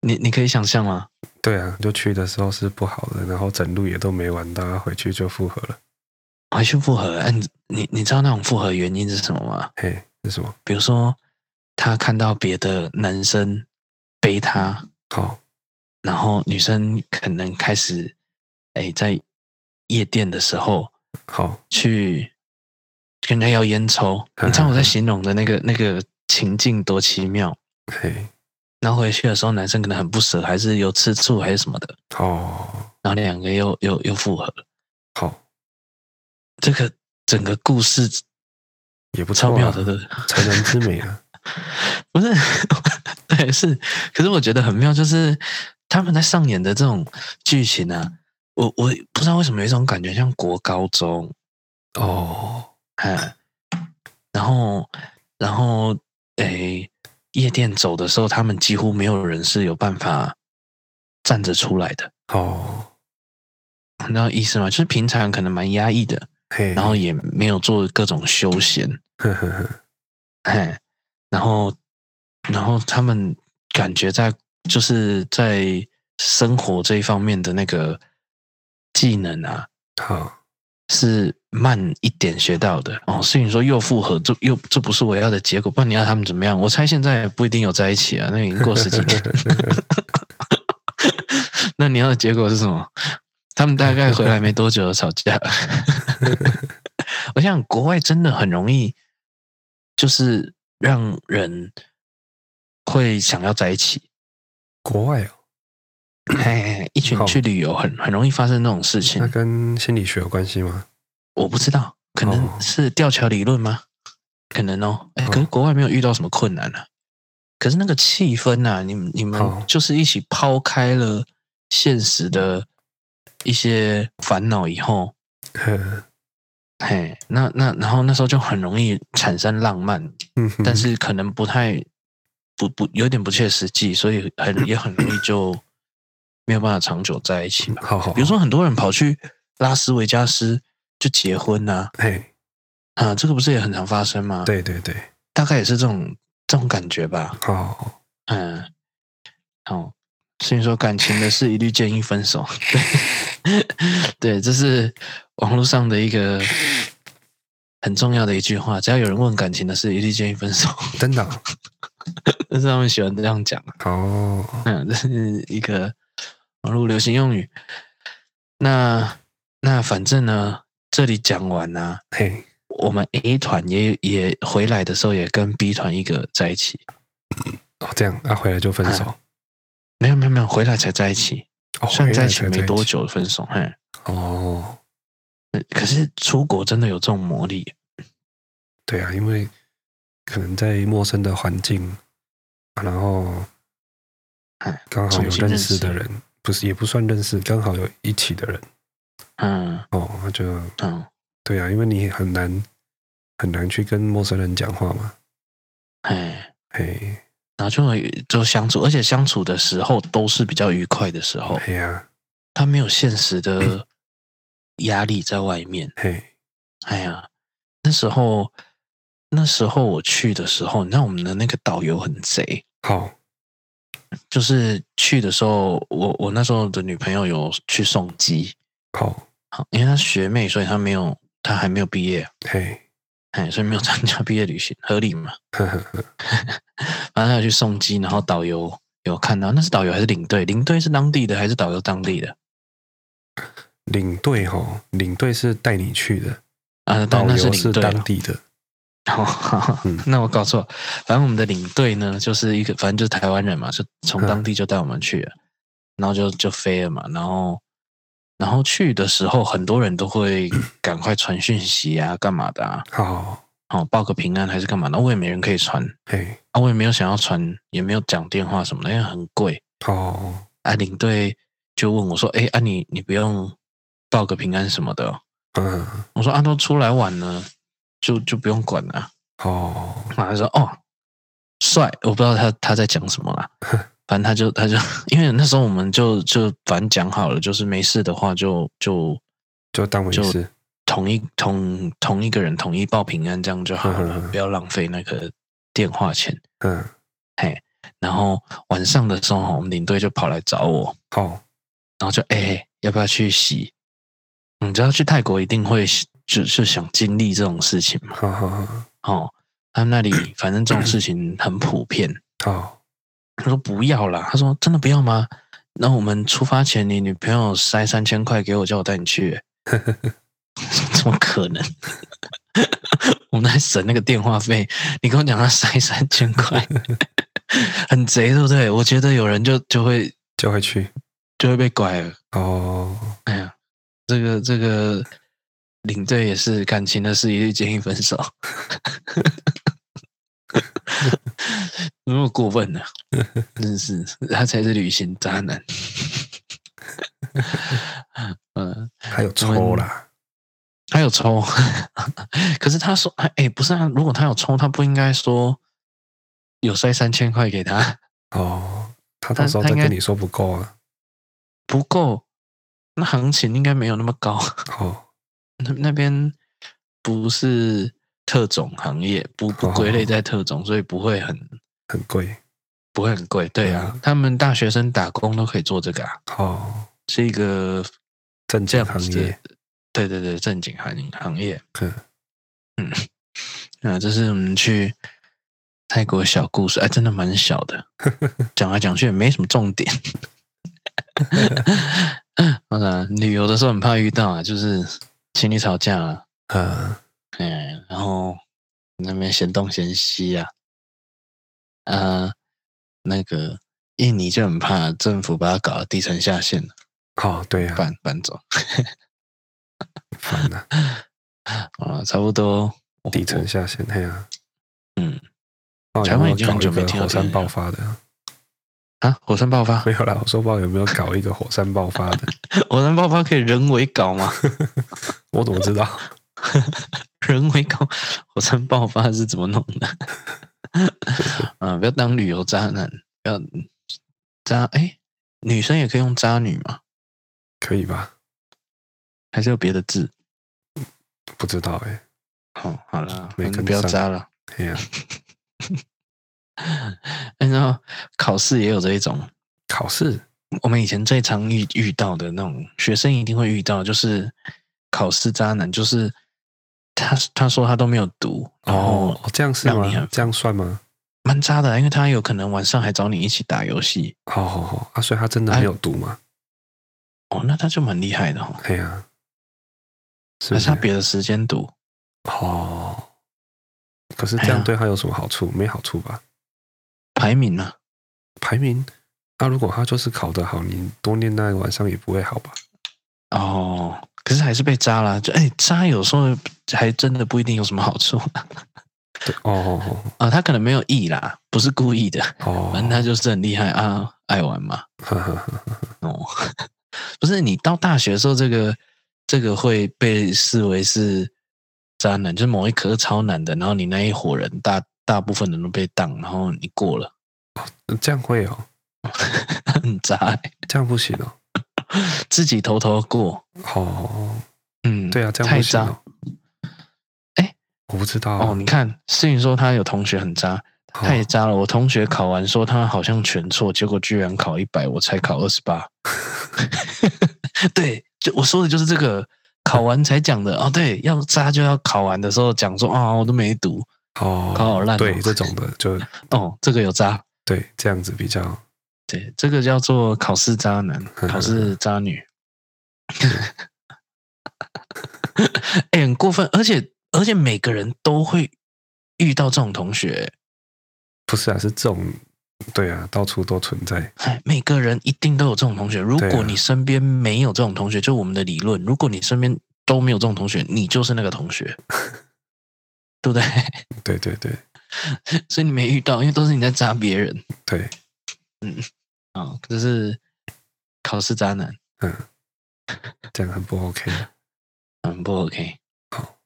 Speaker 1: 你你可以想象吗？
Speaker 2: 对啊，就去的时候是不好的，然后整路也都没玩到，回去就复合了，
Speaker 1: 回去复合，哎、你你你知道那种复合的原因是什么吗？
Speaker 2: 嘿，是什么？
Speaker 1: 比如说他看到别的男生背他，
Speaker 2: 好，
Speaker 1: 然后女生可能开始哎在夜店的时候
Speaker 2: 好，
Speaker 1: 去跟人家要烟抽。你知道我在形容的那个那个情境多奇妙？
Speaker 2: 嘿，
Speaker 1: 然后回去的时候，男生可能很不舍，还是有吃醋还是什么的，
Speaker 2: 哦，
Speaker 1: 然后两个又又又复合了，
Speaker 2: 好，
Speaker 1: 这个整个故事
Speaker 2: 也不错、
Speaker 1: 超
Speaker 2: 啊，
Speaker 1: 妙的，对不对
Speaker 2: 成人之美啊，
Speaker 1: 不是， 对，是，可是我觉得很妙，就是他们在上演的这种剧情啊，我我不知道为什么有一种感觉像国高中，
Speaker 2: 哦，
Speaker 1: 哎，然后然后诶，夜店走的时候，他们几乎没有人是有办法站着出来的，
Speaker 2: 哦，
Speaker 1: 你知道意思吗？就是平常可能蛮压抑的，
Speaker 2: 嘿，
Speaker 1: 然后也没有做各种休闲，
Speaker 2: 呵呵呵，
Speaker 1: 哎，然后然后他们感觉在就是在生活这一方面的那个技能啊，
Speaker 2: 好，
Speaker 1: 是慢一点学到的哦。所以你说又复合，这又这不是我要的结果，不然你要他们怎么样？我猜现在也不一定有在一起啊，那已经过十几年， 那你要的结果是什么？他们大概回来没多久就吵架 了。我想国外真的很容易，就是让人会想要在一起。
Speaker 2: 国外哦，
Speaker 1: 哎，一群
Speaker 2: 好
Speaker 1: 去旅游很很容易发生那种事
Speaker 2: 那
Speaker 1: 情。
Speaker 2: 跟心理学有关系吗？
Speaker 1: 我不知道，可
Speaker 2: 哦
Speaker 1: 能是吊桥理论吗？可能哦。哎，
Speaker 2: 哦
Speaker 1: 可是国外没有遇到什么困难啊。可是那个气氛呐、啊，你们你们
Speaker 2: 好
Speaker 1: 就是一起抛开了现实的一些烦恼以后，
Speaker 2: 呵
Speaker 1: 嘿，那那然后那时候就很容易产生浪漫，
Speaker 2: 嗯哼
Speaker 1: 但是可能不太不不有点不切实际，所以很也很容易就没有办法长久在一起吧。
Speaker 2: 好好，
Speaker 1: 比如，说很多人跑去拉斯维加斯就结婚呐、
Speaker 2: 嘿，
Speaker 1: 啊，这个不是也很常发生吗？，
Speaker 2: 对对对，
Speaker 1: 大概也是这种这种感觉吧。
Speaker 2: 好，
Speaker 1: 嗯，哦，所以说感情的事一律建议分手。 对，对，这是网络上的一个很重要的一句话，只要有人问感情的事，一律建议分手。
Speaker 2: 真的哦，
Speaker 1: 但是他们喜欢这样讲啊。
Speaker 2: 好，
Speaker 1: 嗯，这是一个网络流行用语。那那反正呢，这里讲完啦、
Speaker 2: 嘿，
Speaker 1: 我们 A 团也也回来的时候也跟 B 团一个在一起，
Speaker 2: 哦，这样，啊，回来就分手，
Speaker 1: 没有没有没有，回来才在一起，
Speaker 2: 哦，
Speaker 1: 虽然
Speaker 2: 回
Speaker 1: 在
Speaker 2: 来
Speaker 1: 一起
Speaker 2: 才
Speaker 1: 没多，久分手，嘿，嗯
Speaker 2: 哦，
Speaker 1: 可是出国真的有这种魔力，
Speaker 2: 对啊，因为可能在陌生的环境，啊然后
Speaker 1: 哎
Speaker 2: 刚好
Speaker 1: 重
Speaker 2: 有
Speaker 1: 新
Speaker 2: 认
Speaker 1: 认
Speaker 2: 识
Speaker 1: 识
Speaker 2: 的人，不是也不算认识，刚好有一起的人
Speaker 1: 嗯
Speaker 2: 哦，那就
Speaker 1: 嗯，
Speaker 2: 对啊，因为你很难很难去跟陌生人讲话嘛，
Speaker 1: 嘿，
Speaker 2: 嘿，
Speaker 1: 然后就会就相处，而且相处的时候都是比较愉快的时候，
Speaker 2: 嘿呀、
Speaker 1: 他没有现实 的压力在外面，
Speaker 2: 嘿，
Speaker 1: 哎呀，那时候那时候我去的时候，你知道我们的那个导游很贼，
Speaker 2: 好，
Speaker 1: 就是去的时候，我我那时候的女朋友有去送机，
Speaker 2: 好，
Speaker 1: 好因为她学妹，所以她没有，她还没有毕业，
Speaker 2: 嘿，
Speaker 1: 哎，所以没有参加毕业旅行，合理嘛？
Speaker 2: 呵呵呵，
Speaker 1: 反正她有去送机，然后导游有看到，那是导游还是领队？领队是当地的还是导游当地的？
Speaker 2: 领队吼，领队是带你去的，
Speaker 1: 啊，
Speaker 2: 导
Speaker 1: 对，那是
Speaker 2: 游
Speaker 1: 领
Speaker 2: 是
Speaker 1: 队
Speaker 2: 当
Speaker 1: 了。
Speaker 2: 地的，
Speaker 1: 哦，
Speaker 2: 嗯
Speaker 1: 那我搞错了，反正我们的领队呢，就是一个，反正就是台湾人嘛，就从
Speaker 2: 嗯
Speaker 1: 当地就带我们去了，然后就就飞了嘛，然后然后去的时候，很多人都 会赶快传讯息啊，干嘛的啊，
Speaker 2: 好，
Speaker 1: 哦，报个平安还是干嘛的，我也没人可以传，
Speaker 2: 嘿，
Speaker 1: 啊，我也没有想要传，也没有讲电话什么的，因为很贵，
Speaker 2: 好，
Speaker 1: 啊，领队就问我说，哎，啊你你不用报个平安什么的哦、
Speaker 2: 嗯，
Speaker 1: 我说啊都出来晚了，就就不用管了啊、
Speaker 2: 好，
Speaker 1: 然后他说哦，帅，我不知道他他在讲什么啦，反正他就他就因为那时候我们就就反正讲好了，就是没事的话就就
Speaker 2: 就当回
Speaker 1: 就
Speaker 2: 事，
Speaker 1: 同一同同一个人统一报平安，这样就好了，
Speaker 2: 嗯
Speaker 1: 不要浪费那个电话钱。
Speaker 2: 嗯，
Speaker 1: 然后晚上的时候，我们领队就跑来找我，
Speaker 2: 好，
Speaker 1: 然后就哎、欸要不要去洗？嗯你知道去泰国一定会就就想经历这种事情嘛？
Speaker 2: 好好好，
Speaker 1: 哦，他们那里反正这种事情很普遍。
Speaker 2: 好，
Speaker 1: 他说不要啦，他说真的不要吗？那我们出发前，你女朋友塞三千块给我，叫我带你去、 怎么可能？ 我们在省那个电话费，你跟我讲他塞三千块， 很贼，对不对？我觉得有人就就会
Speaker 2: 就会去
Speaker 1: 就会被拐了。
Speaker 2: 哦。
Speaker 1: 哎呀，这个这个领队也是感情的事，一律建议分手。 那么过分呢、啊真是他才是旅行渣男。嗯，
Speaker 2: 还有抽啦，
Speaker 1: 他有抽，可是他说，哎、哎不是啊，如果他有抽，他不应该说有塞三千块给他
Speaker 2: 哦，他到时候
Speaker 1: 他
Speaker 2: 再
Speaker 1: 他应该
Speaker 2: 跟你说不够啊。
Speaker 1: 不够，那行情应该没有那么高。
Speaker 2: 哦，
Speaker 1: 那那边不是特种行业，不不归类在特种，所以不会很
Speaker 2: 很贵
Speaker 1: 不会很贵。对
Speaker 2: 嗯
Speaker 1: 啊，他们大学生打工都可以做这个、啊，
Speaker 2: 哦，
Speaker 1: 是一个
Speaker 2: 正
Speaker 1: 这
Speaker 2: 经
Speaker 1: 样
Speaker 2: 行
Speaker 1: 子的
Speaker 2: 业。。
Speaker 1: 对对对，正经行行业。
Speaker 2: 嗯
Speaker 1: 啊，这是我们去泰国小故事，哎，真的蛮小 的，讲来讲去也没什么重点。 当然，旅游的时候很怕遇到啊，就是情侣吵架啊，
Speaker 2: 嗯，
Speaker 1: 嗯，然后那边嫌东嫌西啊，呃，那个印尼就很怕政府把它搞得低层下线了，
Speaker 2: 哦，对呀、啊，
Speaker 1: 搬搬走
Speaker 2: 烦 呐、
Speaker 1: 啊，差不多
Speaker 2: 底层下线，嘿呀、
Speaker 1: 嗯
Speaker 2: 啊，哦，
Speaker 1: 台
Speaker 2: 有没
Speaker 1: 湾
Speaker 2: 有
Speaker 1: 已经很
Speaker 2: 搞一
Speaker 1: 久没
Speaker 2: 个
Speaker 1: 听到
Speaker 2: 火山
Speaker 1: 这个
Speaker 2: 爆
Speaker 1: 了
Speaker 2: 发的啊，
Speaker 1: 啊，火山爆发
Speaker 2: 没，有啦，我说不知道有没有搞一个火山爆发 的，
Speaker 1: 火山爆发可以人为搞吗？
Speaker 2: 我怎么知道？
Speaker 1: 人为搞火山爆发是怎么弄的？ 啊，不要当旅游渣男，不要渣哎、女生也可以用渣女吗？
Speaker 2: 可以吧？
Speaker 1: 还是有别的字？
Speaker 2: 不知道哎、欸，
Speaker 1: 哦，好了，
Speaker 2: 没
Speaker 1: 反正
Speaker 2: 跟
Speaker 1: 不要
Speaker 2: 上
Speaker 1: 渣了。
Speaker 2: 嘿啊呀、
Speaker 1: 哎然后考试也有这一种，
Speaker 2: 考试
Speaker 1: 我们以前最常遇遇到的那种学生一定会遇到，就是考试渣男，就是他他说他都没有读，然
Speaker 2: 哦
Speaker 1: 后，
Speaker 2: 这样是
Speaker 1: 让
Speaker 2: 吗
Speaker 1: 你很？
Speaker 2: 这样算吗？
Speaker 1: 蛮渣的啊，因为他有可能晚上还找你一起打游戏，
Speaker 2: 好好好，啊，所以他真的没
Speaker 1: 哎
Speaker 2: 有读吗？哎
Speaker 1: 哦，那他就蛮厉害的哦。
Speaker 2: 嘿呀、
Speaker 1: 可
Speaker 2: 是不
Speaker 1: 哎是他
Speaker 2: 是？
Speaker 1: 别的时间读，
Speaker 2: 哦，可是这
Speaker 1: 哎
Speaker 2: 样
Speaker 1: 呀
Speaker 2: 对他有什么好处？没好处吧？
Speaker 1: 排名啊呢、
Speaker 2: 排名，那、如果他就是考得好，你多念那个晚上也不会好吧？
Speaker 1: 哦，可是还是被扎啦。就哎，扎有时候还真的不一定有什么好处
Speaker 2: 对，哦哦
Speaker 1: 啊。他可能没有意啦，不是故意的，
Speaker 2: 哦哦，
Speaker 1: 反正他就是很厉害啊，爱玩嘛。
Speaker 2: 呵呵呵
Speaker 1: 哦，不是你到大学的时候，这个这个会被视为是渣男，就是某一科超难的，然后你那一伙人大大部分人都被当，然后你过了，
Speaker 2: 这样会哦，
Speaker 1: 很渣欸、
Speaker 2: 这样不行哦。
Speaker 1: 自己偷偷过。
Speaker 2: 哦，
Speaker 1: 嗯，
Speaker 2: 对啊，这样
Speaker 1: 太
Speaker 2: 不行
Speaker 1: 渣
Speaker 2: 哦。
Speaker 1: 哎，
Speaker 2: 我不知道啊
Speaker 1: 哦，你看，诗云说他有同学很渣，太
Speaker 2: 哦
Speaker 1: 渣了！我同学考完说他好像全错，结果居然考一百，我才考二十 八。对，就我说的就是这个，考完才讲的哦。对，要渣就要考完的时候讲说啊、我都没读
Speaker 2: 哦，
Speaker 1: 考好烂哦
Speaker 2: 对这种的就
Speaker 1: 哦，这个有渣。
Speaker 2: 对这样子比较
Speaker 1: 对，这个叫做考试渣男，
Speaker 2: 嗯
Speaker 1: 考试渣女。哎、很过分，而且而且每个人都会遇到这种同学，
Speaker 2: 不是啊，是这种对啊，到处都存在。
Speaker 1: 哎，每个人一定都有这种同学。如
Speaker 2: 对
Speaker 1: 果
Speaker 2: 啊
Speaker 1: 你身边没有这种同学，就我们的理论，如果你身边都没有这种同学，你就是那个同 学，对不 对？
Speaker 2: 对对对
Speaker 1: 所以你没遇到，因为都是你在扎别人
Speaker 2: 对，
Speaker 1: 啊、这是考试渣男，
Speaker 2: 这样很不 OK 啊。
Speaker 1: 很嗯不 OK。
Speaker 2: 好，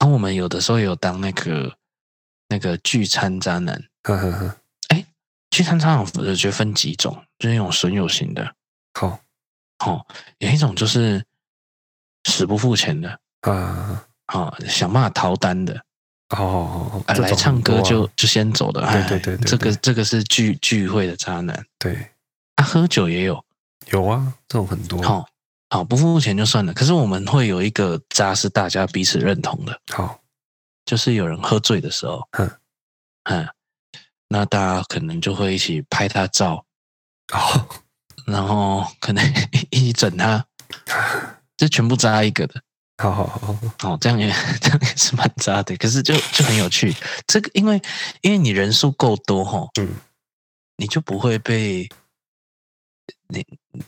Speaker 1: 那、我们有的时候有当那个那个聚餐渣男，
Speaker 2: 呵呵呵，
Speaker 1: 聚餐渣男我觉得分几种，就是那种损友型的，
Speaker 2: 好
Speaker 1: 有一种就是死不付钱的
Speaker 2: 啊，
Speaker 1: 啊、想办法逃单的。
Speaker 2: 哦哦
Speaker 1: 啊，
Speaker 2: 哦，这
Speaker 1: 来
Speaker 2: 种
Speaker 1: 唱
Speaker 2: 很多
Speaker 1: 歌
Speaker 2: 啊
Speaker 1: 就就先走的，哎
Speaker 2: 对对对对
Speaker 1: 这个
Speaker 2: 对
Speaker 1: 这个是聚聚会的渣男
Speaker 2: 对，
Speaker 1: 啊，喝酒也有，
Speaker 2: 有啊，这种很多。
Speaker 1: 好、好不付钱就算了，可是我们会有一个渣是大家彼此认同的，
Speaker 2: 好，
Speaker 1: 就是有人喝醉的时候，
Speaker 2: 嗯
Speaker 1: 嗯，那大家可能就会一起拍他照，
Speaker 2: 哦，
Speaker 1: 然后可能 一起整他，这全部渣一个的，
Speaker 2: 好好好好，
Speaker 1: 哦，这样也 这样也是蛮渣的，可是就就很有趣。这个因为因为你人数够多吼，
Speaker 2: 嗯，
Speaker 1: 你就不会被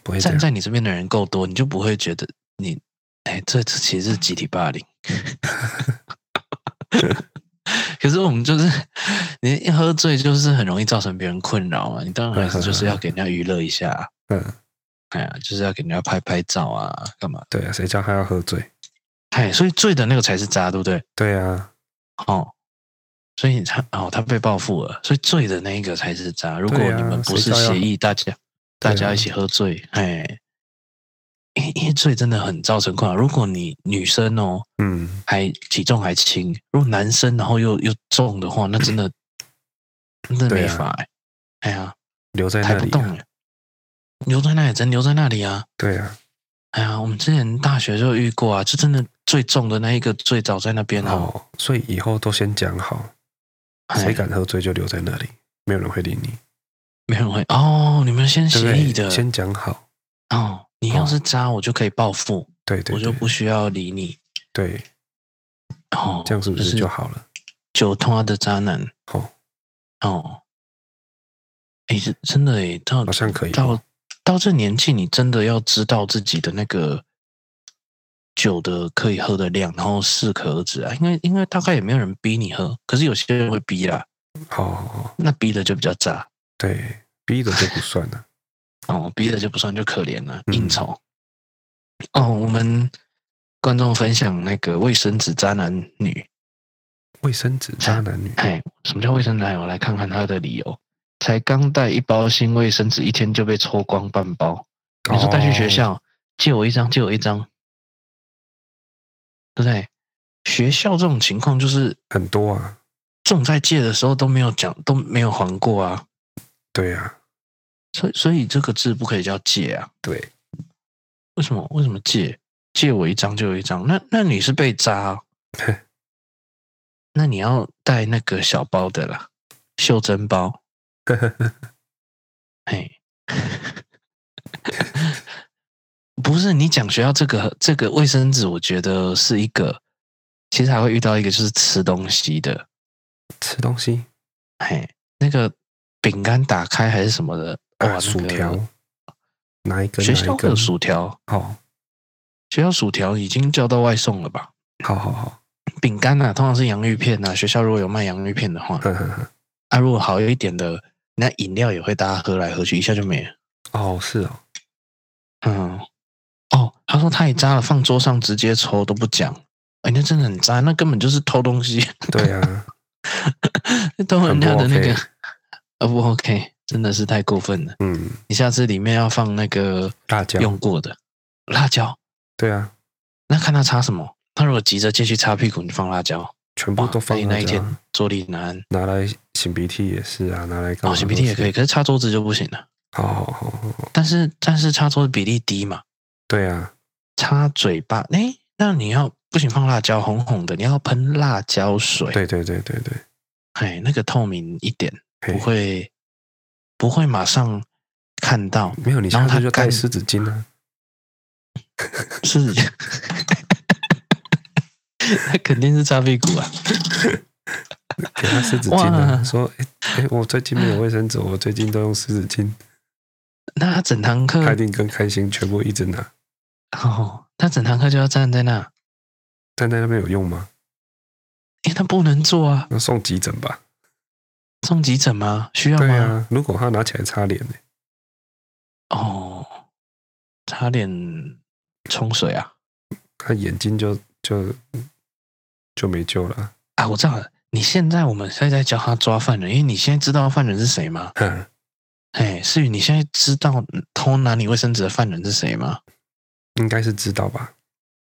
Speaker 2: 不会这
Speaker 1: 站
Speaker 2: 样。
Speaker 1: 在你这边的人够多，你就不会觉得你，哎，这这其实是集体霸凌。 可是我们就是你一喝醉，就是很容易造成别人困扰嘛。你当然还是就是要给人家娱乐一下、啊，
Speaker 2: 嗯，
Speaker 1: 哎呀，就是要给人家拍拍照啊，干嘛？
Speaker 2: 对啊，谁叫他要喝醉？
Speaker 1: 哎，所以醉的那个才是渣，对不对？
Speaker 2: 对啊，
Speaker 1: 哦，所以他哦，他被报复了，所以醉的那一个才是渣。如果
Speaker 2: 对啊
Speaker 1: 你们不是
Speaker 2: 谁知道要
Speaker 1: 协议，大家大家
Speaker 2: 对啊
Speaker 1: 一起喝醉，哎、因为因为醉真的很造成困扰。如果你女生哦
Speaker 2: 嗯，
Speaker 1: 还体重还轻，如果男生然后又又重的话，那真的真的
Speaker 2: 对
Speaker 1: 没
Speaker 2: 啊
Speaker 1: 法哎、哎呀、
Speaker 2: 留在
Speaker 1: 抬
Speaker 2: 那
Speaker 1: 不
Speaker 2: 里、
Speaker 1: 动
Speaker 2: 啊。
Speaker 1: 哎、留在那里，真留在那里啊！
Speaker 2: 对啊，
Speaker 1: 哎呀，我们之前大学就遇过啊，就真的最重的那一个最早在那边哦，
Speaker 2: 哦，所以以后都先讲好，
Speaker 1: 哎
Speaker 2: 谁敢喝醉就留在那里，没有人会理你，
Speaker 1: 没人会哦，你们先
Speaker 2: 对不
Speaker 1: 协议的
Speaker 2: 对？，先讲好，
Speaker 1: 哦，你要是渣，我就可以报复，
Speaker 2: 对对
Speaker 1: 我就
Speaker 2: 对
Speaker 1: 不需要理你。
Speaker 2: 对，
Speaker 1: 哦，
Speaker 2: 这样是不
Speaker 1: 就是
Speaker 2: 就好了？
Speaker 1: 酒托的渣男？
Speaker 2: 哦，
Speaker 1: 哦，哎，是真的哎，到
Speaker 2: 好像可以哦
Speaker 1: 到到这年纪，你真的要知道自己的那个酒的可以喝的量，然后适可而止啊。因为因为大概也没有人逼你喝，可是有些人会逼啦，
Speaker 2: 好好好，
Speaker 1: 那逼的就比较渣。
Speaker 2: 对，逼的就不算了。
Speaker 1: 哦，逼的就不算就可怜了，
Speaker 2: 嗯
Speaker 1: 应酬。哦，我们观众分享那个卫生纸渣男女，
Speaker 2: 卫生纸渣男女，
Speaker 1: 哎，什么叫卫生纸渣男？我来看看他的理由。才刚带一包新卫生纸，一天就被抽光半包。你说带去
Speaker 2: 哦
Speaker 1: 学校，借我一张，借我一张，对不对？学校这种情况就是
Speaker 2: 很多啊，
Speaker 1: 这种在借的时候都没有讲，都没有还过啊。
Speaker 2: 对啊，
Speaker 1: 所以所以这个字不可以叫借啊。
Speaker 2: 对，
Speaker 1: 为什么？为什么借？借我一张就有一张？那那你是被扎啊、 那你要带那个小包的啦，袖珍包。嘿， 不是你讲学校这个这个卫生纸，我觉得是一个，其实还会遇到一个就是吃东西的，
Speaker 2: 吃东西
Speaker 1: 嘿，那个饼干打开还是什么的，哇，那
Speaker 2: 啊，
Speaker 1: 个
Speaker 2: 薯条，拿一根
Speaker 1: 学
Speaker 2: 拿
Speaker 1: 校
Speaker 2: 一哦
Speaker 1: 的
Speaker 2: 根，
Speaker 1: 薯条，
Speaker 2: 好，
Speaker 1: 学校薯条已经叫到外送了吧？
Speaker 2: 好好好，
Speaker 1: 饼干啊，通常是洋芋片啊。学校如果有卖洋芋片的话，
Speaker 2: 呵呵呵，
Speaker 1: 啊，如果好一点的，那饮料也会大家喝来喝去，一下就没了。
Speaker 2: 哦，是哦，
Speaker 1: 嗯，哦，他说太渣了，放桌上直接抽都不讲。哎，那真的很渣，那根本就是偷东西，
Speaker 2: 对啊，
Speaker 1: 偷人家的那
Speaker 2: 很不
Speaker 1: 个
Speaker 2: OK，
Speaker 1: 呃、不 OK，真的是太过分了。
Speaker 2: 嗯，
Speaker 1: 你下次里面要放那个
Speaker 2: 辣椒，
Speaker 1: 用过的辣椒，
Speaker 2: 对啊，
Speaker 1: 那看他擦什么。他如果急着借去擦屁股，你放辣椒，
Speaker 2: 全部都放
Speaker 1: 哇那
Speaker 2: 辣
Speaker 1: 一
Speaker 2: 椒啊，
Speaker 1: 天坐立难安。
Speaker 2: 拿来擤鼻涕也是啊，拿来干
Speaker 1: 哦，
Speaker 2: 嘛？
Speaker 1: 擤鼻涕也可以，
Speaker 2: 以，
Speaker 1: 可是擦桌子就不行了。
Speaker 2: 好好好好好，
Speaker 1: 但是但是插头的比例低嘛，
Speaker 2: 对啊，
Speaker 1: 插嘴巴，哎，那你要不行放辣椒，红红的，你要喷辣椒水，
Speaker 2: 对对对对对，
Speaker 1: 哎，那个透明一点，
Speaker 2: 嘿
Speaker 1: 不会不会马上看到，
Speaker 2: 没有，你
Speaker 1: 然
Speaker 2: 下
Speaker 1: 后
Speaker 2: 次
Speaker 1: 它
Speaker 2: 就带
Speaker 1: 干
Speaker 2: 湿纸巾啊，
Speaker 1: 是，那肯定是擦屁股啊，
Speaker 2: 给他湿纸巾啊，
Speaker 1: 哇
Speaker 2: 说哎哎，我最近没有卫生纸，我最近都用湿纸巾，
Speaker 1: 那他整堂课
Speaker 2: 他一定更开心，全部一直拿，
Speaker 1: 哦，他整堂课就要站在那，
Speaker 2: 站在那边有用吗？
Speaker 1: 因为他不能坐啊，
Speaker 2: 那送急诊吧，
Speaker 1: 送急诊吗？需要
Speaker 2: 对
Speaker 1: 吗？
Speaker 2: 啊，如果他拿起来擦脸呢，
Speaker 1: 哦，差点冲水啊。
Speaker 2: 他眼睛就就就没救了 啊，
Speaker 1: 啊，我知道了。你现在我们现在在教他抓犯人，因为你现在知道犯人是谁吗？
Speaker 2: 哼，
Speaker 1: 哎，思雨，你现在知道嗯偷拿你卫生纸的犯人是谁吗？
Speaker 2: 应该是知道吧？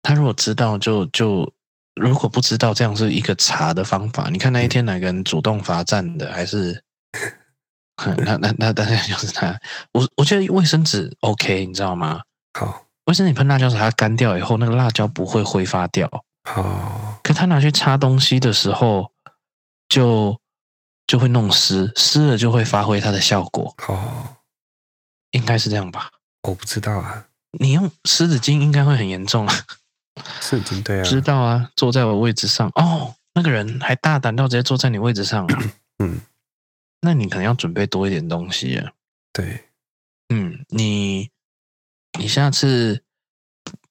Speaker 1: 他如果知道就，就如果不知道，这样是一个查的方法。你看那一天哪个人主动罚站的，还是哼那那那当然就是 他。我我觉得卫生纸 OK，你知道吗？
Speaker 2: 好，
Speaker 1: 卫生纸喷辣椒水，它干掉以后，那个辣椒不会挥发掉。
Speaker 2: 好，
Speaker 1: 可他拿去擦东西的时候，就就会弄湿，湿了就会发挥它的效果，
Speaker 2: 好，
Speaker 1: 应该是这样吧？
Speaker 2: 我不知道啊，
Speaker 1: 你用湿纸巾应该会很严重啊！
Speaker 2: 湿纸巾对啊，
Speaker 1: 知道啊，坐在我位置上哦，那个人还大胆到直接坐在你位置上、啊，
Speaker 2: 嗯，
Speaker 1: 那你可能要准备多一点东西了。
Speaker 2: 对，
Speaker 1: 嗯，你你下次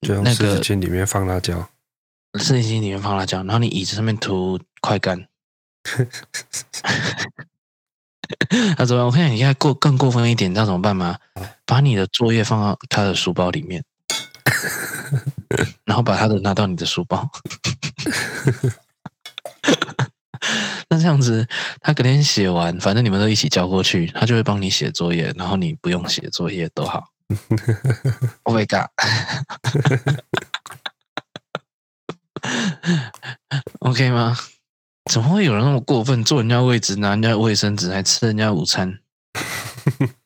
Speaker 2: 就用
Speaker 1: 那
Speaker 2: 湿
Speaker 1: 个
Speaker 2: 纸巾里面放辣椒，
Speaker 1: 摄影呃机里面放辣椒，然后你椅子上面涂快干。 他说：“我看你现在过更过分一点，你知道怎么办吗？把你的作业放到他的书包里面，然后把他的拿到你的书包。 那这样子，他隔天写完，反正你们都一起交过去，他就会帮你写作业，然后你不用写作业都好。oh my god！” OK 吗？怎么会有人那么过分，坐人家位置，拿人家卫生纸，还吃人家午餐？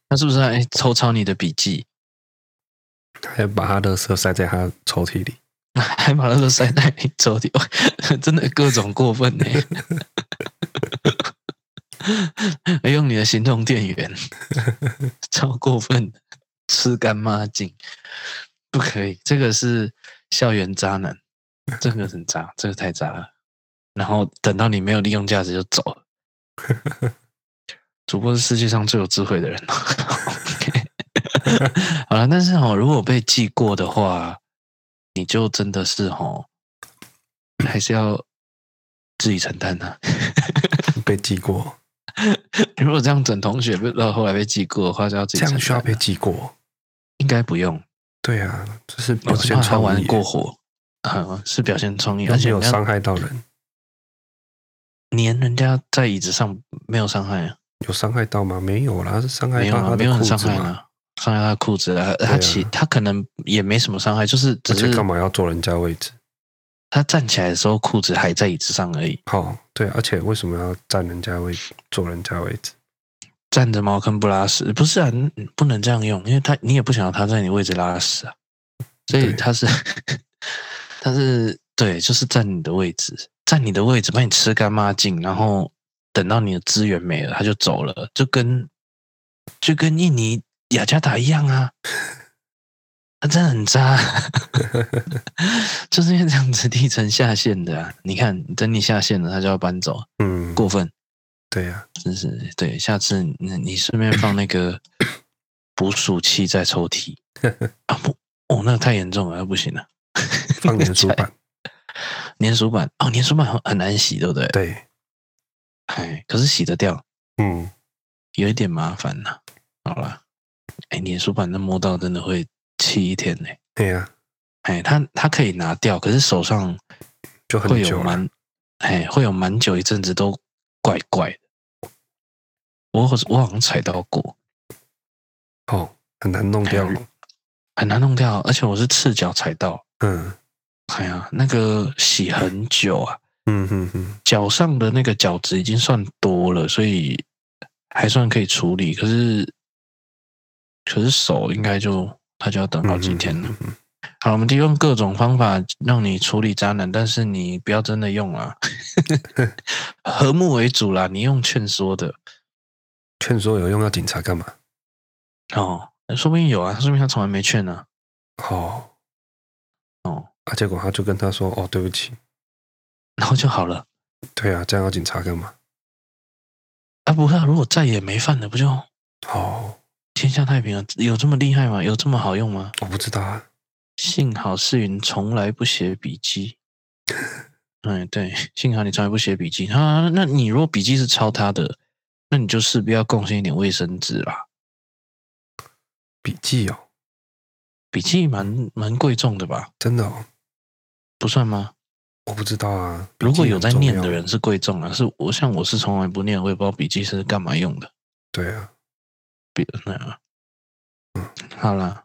Speaker 1: 他是不是在哎偷抄你的笔记，
Speaker 2: 还把他的色塞在他抽屉里。
Speaker 1: 还 把那个塞在你抽屉？哇 真的各种过分呢、 还用你的行动电源， 超过分的，吃干抹净，不可以，这个是校园渣男，这个很渣，这个太渣了。然后等到你没有利用价值就走了。主播是世界上最有智慧的人。OK 好了，但是哦，如果被记过的话，你就真的是哦，还是要自己承担的、
Speaker 2: 被记过，
Speaker 1: 如果这样整同学被到后来被记过的话，就要 自己啊
Speaker 2: 这
Speaker 1: 承
Speaker 2: 样需要
Speaker 1: 担
Speaker 2: 被
Speaker 1: 了
Speaker 2: 记过？
Speaker 1: 应该不用，
Speaker 2: 对啊，这是表
Speaker 1: 我
Speaker 2: 现
Speaker 1: 现他
Speaker 2: 创
Speaker 1: 玩
Speaker 2: 意，
Speaker 1: 过火，啊，是表现创意，
Speaker 2: 又
Speaker 1: 而
Speaker 2: 没
Speaker 1: 且
Speaker 2: 有
Speaker 1: 你要
Speaker 2: 伤害到人，
Speaker 1: 粘人家在椅子上没有伤害啊，
Speaker 2: 有伤害到吗？没有啦，是伤害
Speaker 1: 没有
Speaker 2: 到
Speaker 1: 啊，
Speaker 2: 他
Speaker 1: 没有
Speaker 2: 的
Speaker 1: 很
Speaker 2: 裤
Speaker 1: 伤
Speaker 2: 子
Speaker 1: 害
Speaker 2: 嘛。
Speaker 1: 啊，伤害他的裤子啊，他其他可能也没什么伤害，就是
Speaker 2: 而
Speaker 1: 只
Speaker 2: 且
Speaker 1: 是
Speaker 2: 干嘛要坐人家位置？
Speaker 1: 他站起来的时候裤子还在椅子上而已，
Speaker 2: 好、对，而且为什么要占人家位置，坐人家位置？
Speaker 1: 站着茅坑不拉屎，不是啊，嗯不能这样用，因为他你也不想要他在你位置拉屎啊，所以
Speaker 2: 对
Speaker 1: 他是 他是对，就是占你的位置，占你的位置，把你吃干抹净，然后等到你的资源没了，他就走了，就跟就跟印尼雅加达一样啊， 他真的很渣， 就是因为这样子低层下线的、啊，你看等你下线了，他就要搬走，
Speaker 2: 嗯，
Speaker 1: 过分。
Speaker 2: 对呀、
Speaker 1: 真是对，下次你你顺便放那个 捕鼠器在抽屉啊不，哦，那个太严重了，那不行了。
Speaker 2: 放粘鼠板，
Speaker 1: 粘鼠板哦，粘鼠板很很难洗，对不 对？
Speaker 2: 对，
Speaker 1: 哎，可是洗得掉，
Speaker 2: 嗯，
Speaker 1: 有一点麻烦呐、好啦，哎，粘鼠板那摸到真的会气一天呢、
Speaker 2: 对呀、
Speaker 1: 哎，它它可以拿掉，可是手上
Speaker 2: 就
Speaker 1: 会
Speaker 2: 很
Speaker 1: 有
Speaker 2: 久了。
Speaker 1: 蛮，哎，会有蛮久一阵子都怪怪的。我好我好像踩到过，
Speaker 2: 哦，很难弄掉。
Speaker 1: 很难哎弄掉，而且我是赤脚踩到，
Speaker 2: 嗯
Speaker 1: 哎呀，那个洗很久啊，
Speaker 2: 嗯嗯嗯，
Speaker 1: 脚上的那个角质已经算多了，所以还算可以处理。可是，可是手应该就它就要等好几天了。
Speaker 2: 嗯嗯嗯
Speaker 1: 好，我们就用各种方法让你处理渣男，但是你不要真的用 啊，和睦为主啦。你用劝说的
Speaker 2: 劝说有用，要警察干嘛？
Speaker 1: 哦，说不定有啊，说不定他从来没劝呢、
Speaker 2: 哦
Speaker 1: 哦，
Speaker 2: 啊，结果他就跟他说：“哦，对不起。
Speaker 1: 然后就好了。”
Speaker 2: 对啊，这样要警察干嘛？
Speaker 1: 啊，不是啊，如果再也没犯了，不就
Speaker 2: 哦，
Speaker 1: 天下太平了，有这么厉害吗？有这么好用吗？
Speaker 2: 我不知道啊。
Speaker 1: 幸好世云从来不写笔记。哎，对，幸好你从来不写笔记啊。那你如果笔记是抄他的，那你就势必要贡献一点卫生纸啦。
Speaker 2: 笔记哦，
Speaker 1: 笔记蛮蛮贵重的吧？
Speaker 2: 真的哦，
Speaker 1: 不算吗？
Speaker 2: 我不知道啊。笔记
Speaker 1: 如果有在
Speaker 2: 很重
Speaker 1: 念
Speaker 2: 要
Speaker 1: 的人，是贵重啊，是我像我是从来不念，我也不知道笔记是干嘛用的。
Speaker 2: 对啊，
Speaker 1: 别那样啊。
Speaker 2: 嗯
Speaker 1: 好啦，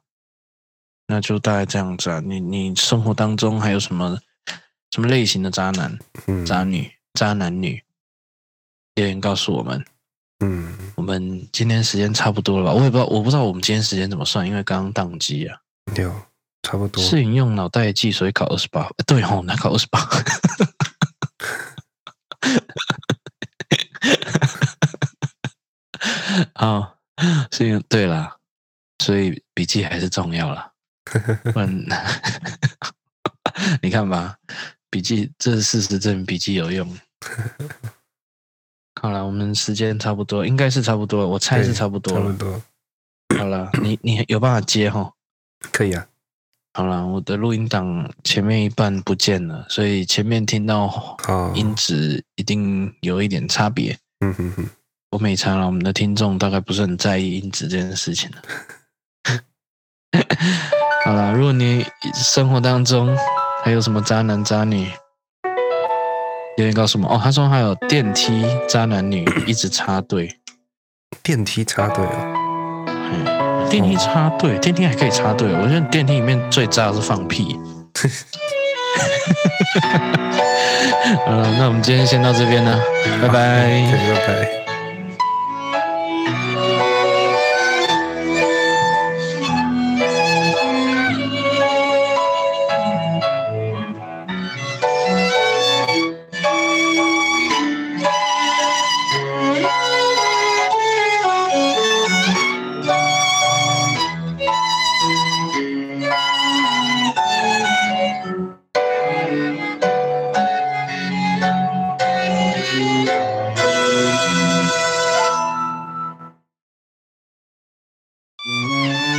Speaker 1: 那就大概这样子啊。你你生活当中还有什么什么类型的渣男、
Speaker 2: 嗯
Speaker 1: 渣女、渣男女？留言告诉我们。
Speaker 2: 嗯，
Speaker 1: 我们今天时间差不多了吧？我也不知道，我不知道我们今天时间怎么算，因为刚刚宕机啊。
Speaker 2: 有差不多。
Speaker 1: 是你用脑袋记，所以考二十八。 呃对吼，那考二十八。 啊，是因为对啦，所以笔记还是重要 啦。不然， 你看吧，笔记这事实证明笔记有用。好了，我们时间差不多，应该是差不多了，我猜是
Speaker 2: 对
Speaker 1: 差不多
Speaker 2: 差不
Speaker 1: 了。
Speaker 2: 多
Speaker 1: 好了，你你有办法接哈？
Speaker 2: 可以啊。
Speaker 1: 好了，我的录音档前面一半不见了，所以前面听到
Speaker 2: 哦，
Speaker 1: 音质一定有一点差别。
Speaker 2: 嗯哼哼，
Speaker 1: 我没差了，我们的听众大概不是很在意音质这件事情了。 好了，如果你生活当中还有什么渣男渣女，留言告诉我们哦。他说还有电梯渣男女一直插队，
Speaker 2: 电梯插队哦，
Speaker 1: 嗯，电梯插队，电梯还可以插队。我觉得电梯里面最渣的是放屁。 好了，那我们今天先到这边呢，拜拜。
Speaker 2: 对，拜拜。
Speaker 3: Thank you.